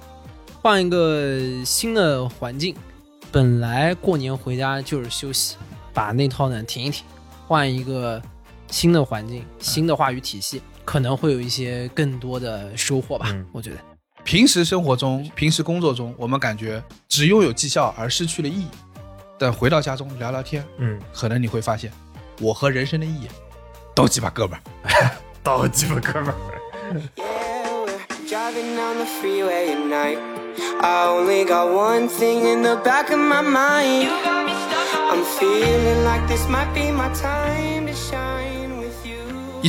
Speaker 4: 换一个新的环境。本来过年回家就是休息，把那套呢停一停，换一个新的环境、新的话语体系，可能会有一些更多的收获吧。
Speaker 5: 嗯
Speaker 4: 我觉得，
Speaker 3: 平时生活中、平时工作中，我们感觉只拥有绩效而失去了意义，但回到家中聊聊天，
Speaker 5: 嗯，
Speaker 3: 可能你会发现，我和人生的意义都鸡巴哥们儿。
Speaker 5: 到基本哥们儿。
Speaker 6: Yeah, we're driving down the freeway at night. I only got one thing in the back of my mind. I'm feeling like this might be my time to shine with you.
Speaker 3: 以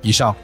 Speaker 3: 以上